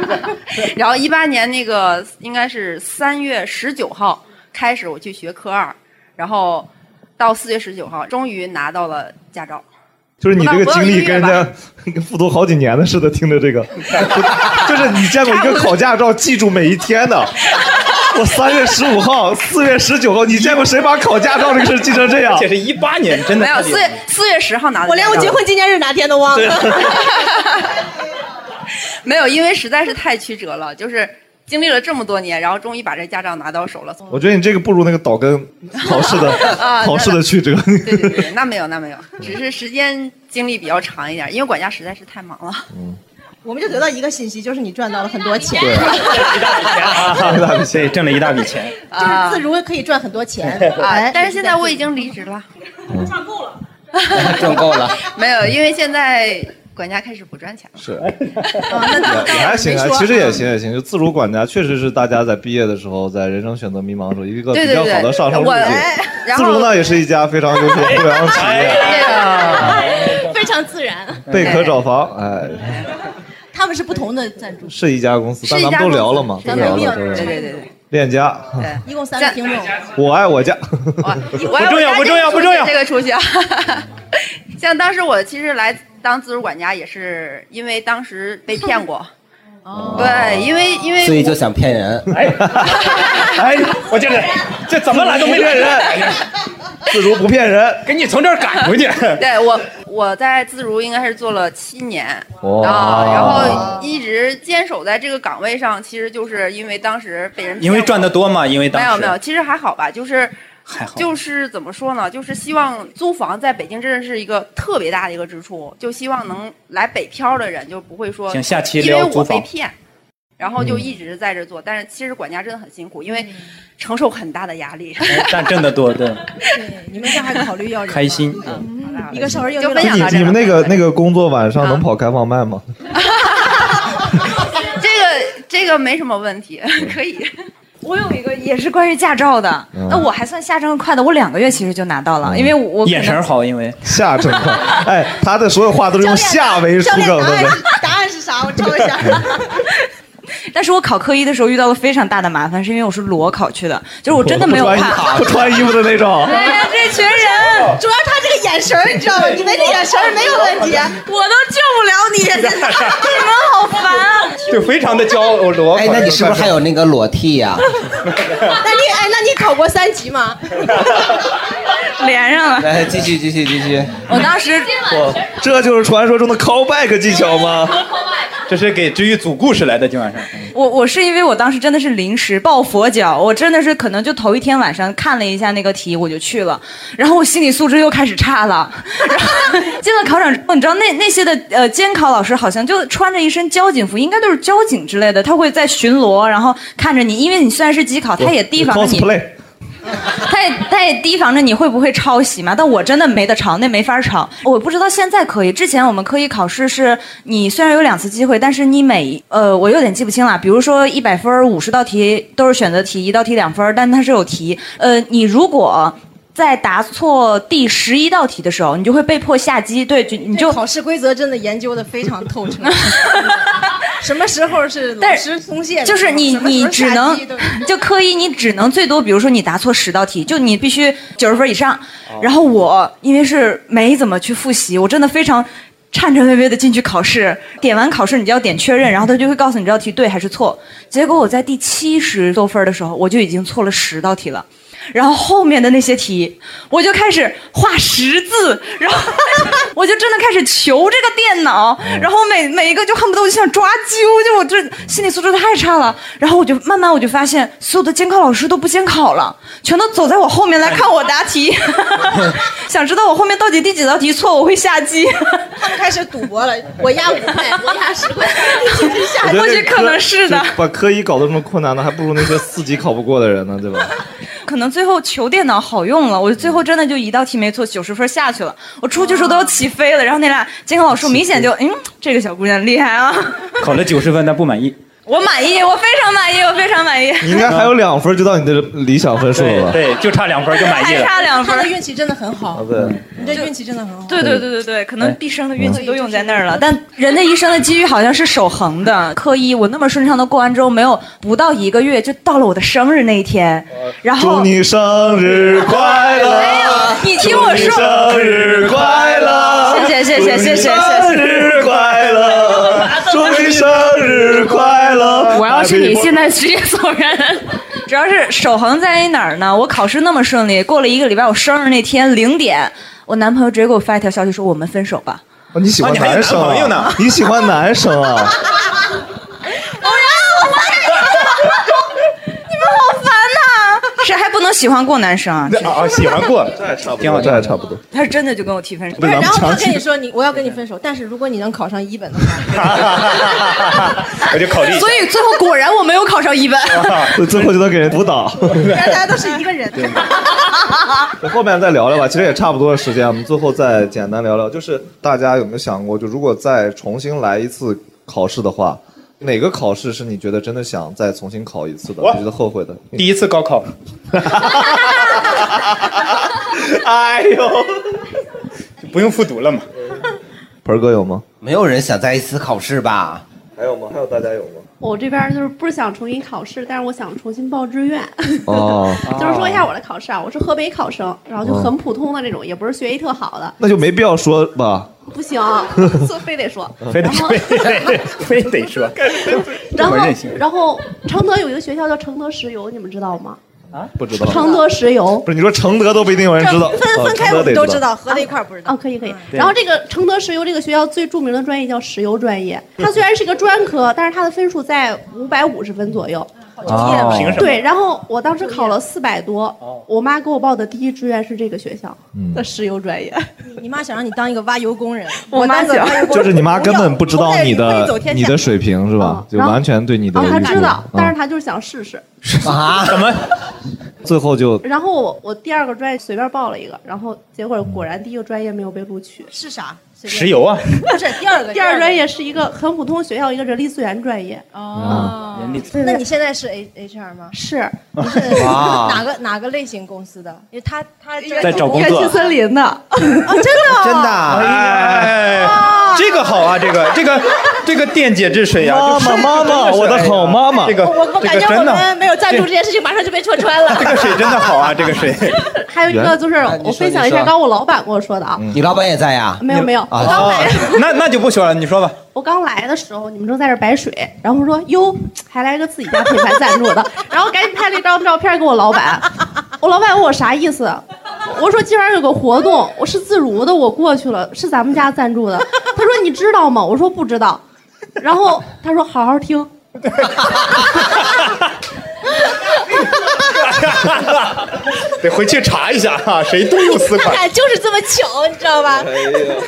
H: 然后一八年那个应该是三月十九号开始我去学科二，然后到四月十九号终于拿到了驾照。
B: 就是你这个经历跟人
H: 不到
B: 家 跟复读好几年的似的，听 着这个，就是你见过一个考驾照记住每一天的。我三月十五号、四月十九号，你见过谁把考驾照这个事记成这样？
A: 而且是一八年，真的
H: 没有四月四月十号拿的驾照，
D: 我连我结婚纪念日哪天都忘了。
H: 没有，因为实在是太曲折了，就是经历了这么多年，然后终于把这驾照拿到手了。
D: 哦
B: 我觉得你这个不如那个岛根考试的
H: 啊
B: 考试的曲折。
H: 对对对，那没有那没有，只是时间经历比较长一点，因为管家实在是太忙了。
A: 嗯
D: 我们就得到一个信息，就是你赚到了很多钱，
A: 对一大笔钱啊，一大 笔钱，挣了一大笔钱。
D: 就是
K: 啊
D: 自如可以赚很多钱。
H: 啊
D: 哎，
H: 但是现在我已经离职了，
D: 赚够了。
C: 挣够了，
H: 没有，因为现在管家开始不赚钱 了。哦
B: 是，
H: 那那
B: 也还行啊
H: 没，说嗯
B: 其实也行也行，就自主管家确实是大家在毕业的时候，在人生选择迷茫的时候一个
H: 对
B: 比
H: 对
B: 较
H: 对，
B: 好的上升路
H: 我哎
B: 径。
H: 然
B: 自
H: 后哎
B: 如呢也是一家非常优秀的互联网企 业，
H: 啊
A: 哎
B: 嗯
D: 非常自然。
B: 贝壳找房，哎，
D: 他们是不同的赞助，
B: 是一家公司，
D: 是
B: 但
D: 一
B: 咱
D: 家
B: 们都聊了嘛，都
D: 咱
B: 聊
D: 们
B: 了，都聊
D: 对对
B: 了。
D: 对
B: 链家，
H: 对，
D: 一共三个听众。
B: 我爱我家，
H: 我
B: 不重要
H: 我家这个
B: 不重要不重要
H: 这个出去啊。 像当时我其实来当自主管家也是因为当时被骗过。对，因为因为
C: 所以就想骗人。
A: 哎，我这个这怎么来都没 骗人，
B: 自如不骗人，
A: 给你从这儿赶 回去。
H: 对我我在自如应该是做了七年，
A: 哇
B: 哦
H: 啊，然后一直坚守在这个岗位上，其实就是因为当时被人骗
A: 因为赚得多嘛，因为当
H: 没
A: 时
H: 有没有，其实还好吧，就是
A: 还好
H: 就是怎么说呢？就是希望租房在北京真的是一个特别大的一个支出，就希望能来北漂的人就不会说
A: 行下期
H: 因为
A: 聊租
H: 我被
A: 房嗯
H: 骗，然后就一直在这做。但是其实管家真的很辛苦，因
D: 嗯
H: 为承受很大的压力。
A: 哎但 挣得多，对，
D: 你们这还考虑要人吗
A: 开心。嗯
D: 一个少啊儿英语
H: 就嗯
D: 老
H: 分享
D: 师
H: 到这啊儿
B: 你你
H: 吧
B: 们那个那个工作晚上能跑开放麦吗？
H: 这个这个没什么问题，可以。
K: 我有一个也是关于驾照的，那我还算下证快的，我两个月其实就拿到了，因为我
A: 眼神好，因为
B: 下正快，哎，他的所有话都是用
H: 啊
B: 下为出梗的。
K: 哎答案是啥？我抄一下。但是我考科一的时候遇到了非常大的麻烦，是因为我是裸考去的，就是我真的没有
B: 不穿
K: 怕，
B: 不穿衣服的 那种。
K: 哎，这群人，
O: 主要他这个眼神儿，你知道吗？你们这眼神儿没有问题，
K: 我都救不了你， 你们好烦啊！
A: 就非常的骄傲裸。
C: 哎，那你是不是还有那个裸替 呀、
D: 那你哎，那你考过三级吗？
K: 连上了。
A: 哎
C: 来，继续，继续，继续。
K: 我当时
B: 我这就是传说中的 callback 技巧吗？
A: 这是给治愈组故事来的，今晚上。哎
K: 我我是因为我当时真的是临时抱佛脚，我真的是可能就头一天晚上看了一下那个题，我就去了，然后我心理素质又开始差了。然后进了考场之后，你知道那那些的呃监考老师好像就穿着一身交警服，应该都是交警之类的，他会在巡逻，然后看着你，因为你虽然是机考，他也提防着你。
B: cosplay
K: 他也他也提防着你会不会抄袭嘛，但我真的没得抄，那没法抄。我不知道现在可以，之前我们科一考试是你虽然有两次机会，但是你每呃我有点记不清了，比如说一百分五十道题都是选择题，一道题两分，但它是有题。呃，你如果在答错第十一道题的时候，你就会被迫下机，对，就你就
D: 考试规则真的研究的非常 透彻，什么时候是老师松懈的时
K: 就
D: 候，
K: 是你
D: 什么时
K: 你
D: 候
K: 只
D: 下
K: 能
D: 机对
K: 就科一，你只能最多，比如说你答错十道题，就你必须九十分以上。然后我因为是没怎么去复习，我真的非常。颤颤巍巍的进去考试，点完考试你就要点确认，然后他就会告诉你这道题对还是错。结果我在第七十多分的时候，我就已经错了十道题了，然后后面的那些题，我就开始画十字，然后我就真的开始求这个电脑，然后每每一个就恨不得我就想抓阄，就我这心理素质太差了。然后我就慢慢我就发现，所有的监考老师都不监考了，全都走在我后面来看我答题，想知道我后面到底第几道题错，我会下机。
D: 他们开始赌博了，我压五块，我压十 块，你继续下
B: 我觉
D: 机。
B: 得
K: 或许
B: 这科
K: 可能是的
B: 这把科一搞得这么困难的，还不如那些四级考不过的人呢，对吧？
K: 可能最后求电脑好用了，我最后真的就一道题没错，九十分下去了。我出去时候都要起飞了，然后那俩监考老师明显就，嗯，这个小姑娘厉害啊，
A: 考了九十分，但不满意。
K: 我满意，我非常满意，我非常满意。
B: 你应该还有两分就到你的理想分数了吧？
A: 嗯对，就差两分就满嗯
K: 意了还差两分
D: 他的运气真的很好，
B: 对，
D: 你这运气真的很好。
K: 对对对对对，可
B: 哎
K: 能毕生的
B: 嗯
K: 运气都用在那儿了。但人的一生的机遇好像是守恒的。科一我那么顺畅的过完之后，没有不到一个月就到了我的生日那一天，然后
B: 祝你生日快乐！
K: 没有，你听我
B: 祝你
K: 说，
B: 生日快乐！
K: 谢谢谢谢谢谢谢谢
B: 祝你生日快乐！祝你生日快乐！
K: 我要是你现在
L: 直接走人。
K: 主要是守恒在于哪儿呢？我考试那么顺利，过了一个礼拜，我生日那天零点，我男朋友直接给我发一条消息说我们分手吧。
B: 哦你喜欢
A: 啊你还有
B: 男生
A: 男朋友
B: 啊
A: 呢？
B: 你喜欢男生啊？
K: 哎你们好烦啊呐、谁还不能喜欢过男生啊？
A: 啊，喜欢过，
B: 这还差不
A: 挺好，
B: 这还 差不多。
K: 他是真的就跟我提分手，
D: 不
H: 哎
D: 是，然后他跟你说你我要跟你分手，但是如果你能考上一本的话，
A: 我就考虑一下
K: 所以最后果然我没有考上一本。
B: 最后就能给人辅导。
D: 原来大家都是一个人。
B: 后面再聊聊吧，其实也差不多的时间，我们最后再简单聊聊，就是大家有没有想过，就如果再重新来一次考试的话，哪个考试是你觉得真的想再重新考一次的，
A: 我
B: 你觉得后悔的？
A: 第一次高考，
B: 哎呦，
A: 不用复 读了嘛。
B: 盆哥有吗？
C: 没有人想再一次考试吧？
B: 还有吗？还有大家有吗？
H: 我这边就是不是想重新考试，但是我想重新报志愿。
B: 哦
H: 就是说一下我的考试啊，我是河北考生，然后就很普通的那种，也不是学习特好的，
B: 那就没必要说吧，
H: 不 行，就非得说，
B: 非得
H: 说
A: 非得说，
H: 然后
A: 这么任性
H: 然后承德有一个学校叫承德石油，你们知道吗？
B: 不知道。
H: 承德石油
B: 不是你说承德都不一定有人啊知道，
H: 分
B: 哦
H: 分开
B: 承德
H: 我们
B: 得
H: 都
B: 知
H: 知
B: 道
H: 道。
D: 合在一块儿不是？
H: 啊，可以可以。
B: 对
H: 然后这个承德石油这个学校最著名的专业叫石油专业，它虽然是个专科，但是它的分数在五百五十分左右。
D: 啊
B: 哦凭什么哦
H: 对，然后我当时考了四百多，我妈给我报的第一志愿是这个学校
B: 嗯
H: 的石油专业。
D: 你妈想让你当一个挖油工人，
H: 我妈
D: 当个 挖油工人
B: 就是你妈根本不知道你
D: 我在这里会
B: 的
D: 走天下嗯
B: 你的水平是吧？就
H: 然后
B: 完全对你的
D: 哦
H: 然后哦她
B: 预估
H: 知道，但是
B: 嗯
H: 她就是想试试。
C: 啊？
A: 怎么？
B: 最后就
H: 然后我我第二个专业随便报了一个，然后结果果然第一个专业没有被录取。
D: 是啥？
A: 石油啊，
D: 不是第二个，
B: 啊
H: 第二专业是一个很普通学校一个人力资源专业。
D: 哦，
A: 人力资
H: 那你现在是 H H R 吗？
K: 是，
H: 你嗯是
A: 哇
H: 哪个哪个类型公司的？因为他他
A: 在找工作元气
K: 森林呢？
H: 啊，真的、
A: 真的，
J: 啊
B: 哦
A: 哎，这个好啊，这个这个这个电解质水呀，啊
B: 妈妈
A: 这
B: 妈妈，我的好妈妈，
A: 这个
H: 我我感觉
A: 这个
H: 我
A: 真的
H: 们没有赞助这件事情，马上就被戳穿了。
A: 这个水真的好啊，这个水。
J: 还有一个就是
A: 哎你说
J: 我分享一
A: 你
J: 下，刚
A: 说
J: 刚我老板跟我说的啊，
C: 你老板也在呀？
J: 没有没有我刚
A: 啊
J: 来，
A: 那那就不说了，你说吧。
J: 我刚来的时候，你们正在这儿摆水，然后说哟，还来个自己家品牌赞助 的，然后赶紧拍了一张照片给我老板，我老板问我啥意思，我说今晚有个活动，我是自如的，我过去了，是咱们家赞助的，他说你知道吗？我说不知道，然后他说好好听，
A: 得回去查一下啊，谁动用此
H: 看
A: 款？
H: 看就是这么巧，你知道吧？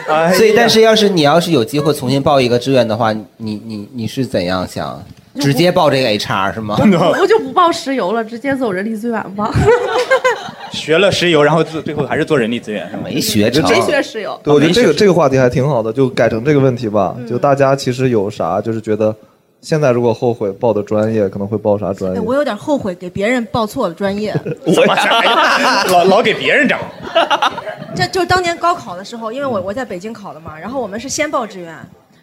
A: 哎呀
C: 所以，但是要是你要是有机会重新报一个志愿的话，你你你是怎样想？直接报这个 HR 是吗？
J: 我就不报石油了，直接走人力资源吧。
A: 学了石油，然后最最后还是做人力资源，
C: 没学
B: 成
J: 没学石油，
B: 对，我觉得这个这个话题还挺好的，就改成这个问题吧。
D: 嗯
B: 就大家其实有啥，就是觉得现在如果后悔报的专业，可能会报啥专
D: 哎，
B: 业？
D: 我有点后悔给别人报错了专业。
A: 怎么 老老给别人整？
D: 这就是当年高考的时候，因为
A: 嗯
D: 我我在北京考的嘛，然后我们是先报志愿，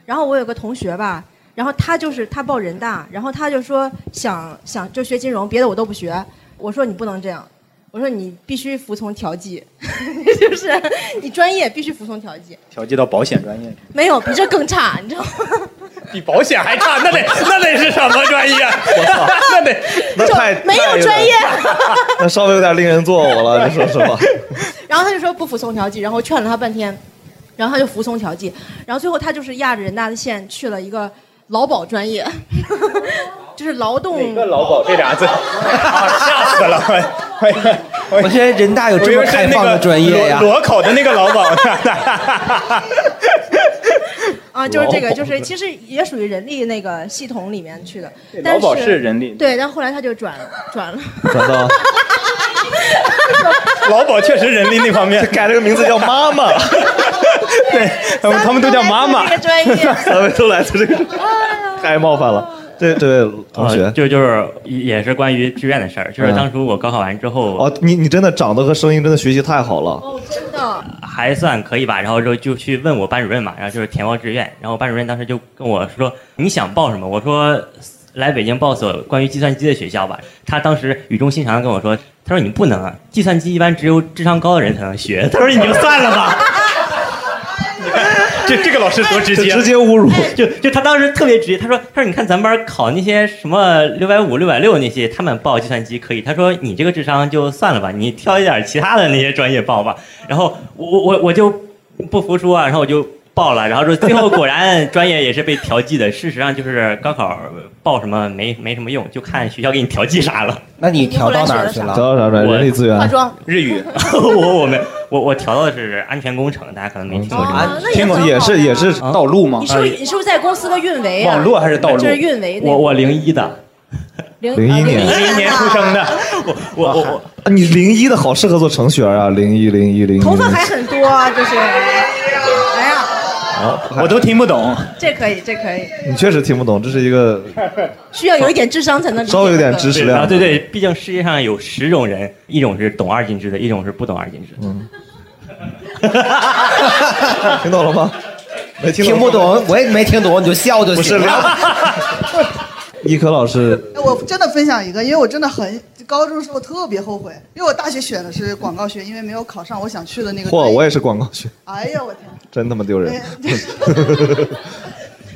D: 然后我有个同学吧，然后他就是他报人大，然后他就说想想就学金融，别的我都不学。我说你不能这样，我说你必须服从调剂， 就是你专业必须服从调剂，
A: 调剂到保险专业，
D: 没有比这更差，你知道吗？
A: 比保险 还差，那得那得是什么专业？ 那得
B: 那太
D: 没有专业，
B: 那稍微有点令人作呕了，你说实 话。
D: 然后他就说不服从调剂，然后劝了他半天，然后他就服从调剂，然后最后他就是压着人大的线去了一个劳保专业， 就是劳动
A: 哪个劳保这俩字？
B: 哦
A: 啊，吓死了！
C: 我现在人大有这么开放的专业呀
A: 哎我以为是那个裸裸考的那个劳保，
D: 啊，就是这个，
A: 劳保
D: 就是其实也属于人力那个系统里面去的，
A: 对
D: 但
A: 劳保是人力
D: 对，但后来他就转转了，
B: 转到
A: 劳保确实人力 那方面
B: 改了个名字叫妈妈，
A: 对他们他们都叫妈妈，
B: 咱们都来自这个， 太冒犯了。这这位同
A: 啊
B: 学，
P: 呃就就是也是关于志愿的事儿，就是
B: 嗯
P: 当初我高考完之后，
B: 哦，你你真的长得和声音真的学习太好了，
D: 真的。
P: 还算可以吧，然后就就去问我班主任嘛，然后就是填报志愿，然后班主任当时就跟我说你想报什么？我说来北京报所关于计算机的学校吧。他当时语重心长的跟我说，他说你不能啊，计算机一般只有智商高的人才能学。他说你就算了吧。
A: 这这个老师多直接，啊
P: 直接侮辱。哎就就他当时特别直接，他说他说你看咱们班考那些什么六百五、六百六那些，他们报计算机可以，他说你这个智商就算了吧，你挑一点其他的那些专业报吧。然后我我我我就不服输啊，然后我就。报了，然后说最后果 然专业也是被调剂的。事实上就是高考报什么没没什么用，就看学校给你调剂啥了。
C: 那你调到哪儿去了调到啥专业
P: 我
C: 人力资源化妆、
P: 日语。我我没我我调到的是安全工程，大家可能没听过这
D: 哦那
P: 个。啊
D: 也听过很好
B: 也啊是也
A: 是道路吗
D: 你是不是你是不是在公司的运维啊？
P: 网络还是道路
D: 就是运维那
P: 我
D: 个
P: 我零一的，
D: 零
B: 01年
D: 零
A: 年出生的，
P: 我我我
B: 啊你零一的好适合做程序员啊，零一零一零一，
D: 头发还很多，啊就是哎
A: 我都听不懂。
D: 这可以，这可以，
B: 你确实听不懂，这是一个
D: 需要有一点智商才能理解
B: 稍微有点
D: 这个
B: 知识量
P: 啊对对，毕竟世界上有十种人，一种是懂二进制的，一种是不懂二进制的。
B: 嗯听懂了吗？没听懂
C: 听不懂，我也没听懂，你就笑就
B: 不是
C: 行了。
B: 一科老师，
I: 哎我真的分享一个，因为我真的很高中时候特别后悔，因为我大学选的是广告学，因为没有考上我想去的那个。
B: 嚯，我也是广告学，
I: 哎呀，我天！
B: 真他妈丢人。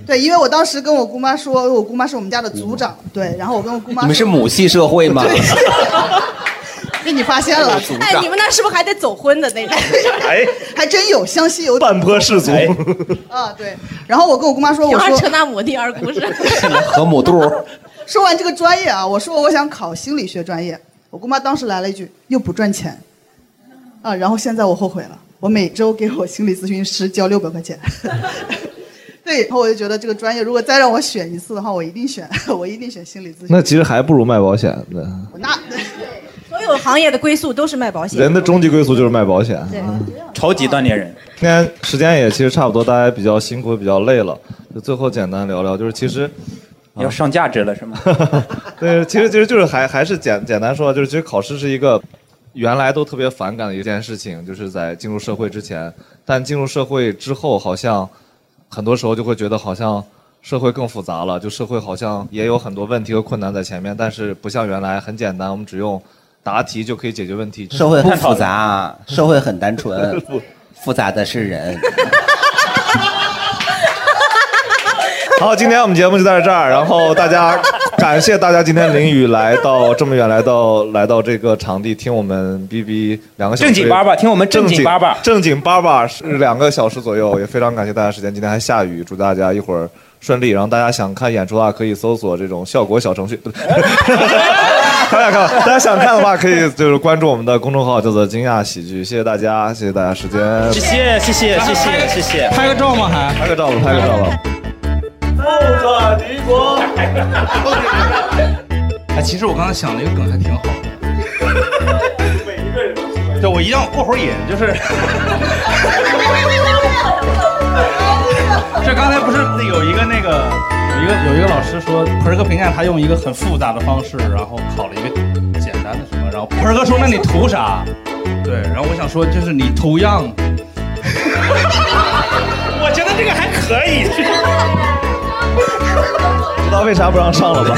I: 对，因为我当时跟我姑妈说，我姑妈是我们家的组长，对，然后我跟我姑妈说
C: 嗯你们是母系社会 吗？
I: 被你发现了，
D: 哎，你们那是不是还得走婚的那种？
B: 哎，
I: 还真有，湘西有
B: 半坡氏
C: 哎
B: 族。
I: 啊，对。然后我跟我姑妈说，
D: 平
I: 我
D: 安
I: 说
D: 车纳摩第二 故事，
C: 河姆渡，
I: 说完这个专业啊，我说我想考心理学专业，我姑妈当时来了一句又不赚钱，啊，然后现在我后悔了，我每周给我心理咨询师交六百块钱， 对，然后我就觉得这个专业如果再让我选一次的话，我一定选， 我一定选心理咨询。
B: 那其实还不如卖保险呢。
D: 所有行业的归宿都是卖保险。
B: 人的终极归宿就是卖保险。
D: 对，
A: 超级锻炼人，
B: 今天时间也其实差不多，大家也比较辛苦，比较累了，就最后简单聊聊，就是其实
A: 要上价值了是吗？
B: 对，其实其实就是还还是简简单说，就是其实考试是一个原来都特别反感的一件事情，就是在进入社会之前，但进入社会之后，好像很多时候就会觉得好像社会更复杂了，就社会好像也有很多问题和困难在前面，但是不像原来很简单，我们只用答题就可以解决问题。
C: 社会不复杂，社会很单 纯，复杂的是人。
B: 好，今天我们节目就在这儿，然后大家感谢大家今天淋雨来到这么远，来到来到这个场地听我们哔哔两个小时，
A: 正经八百听我们正经八百
B: 正经八百是两个小时左右，也非常感谢大家时间，今天还下雨，祝大家一会儿顺利。然后大家想看演出的话，可以搜索这种效果小 程序。大家看，大家想看的话，可以就是关注我们的公众号，叫做惊讶喜剧。谢谢大家，谢谢大家时间，
A: 谢谢谢谢谢谢谢谢，
B: 拍个照吗？还拍个照吧，拍个照吧。
A: 后转敌国。
Q: 哎，其实我刚才想了一个梗，还 挺好的。每一个人对我一定要过会儿瘾，就是。这刚才不是那有一个那个
R: 有一个有一个老师说，盆儿哥评价他用一个很复杂的方式，然后考了一个简单的什么，然后盆儿哥说：“那你图啥？”对，然后我想说，就是你图样。
Q: 我觉得这个还可以。
B: 不知道为啥不让上了吧？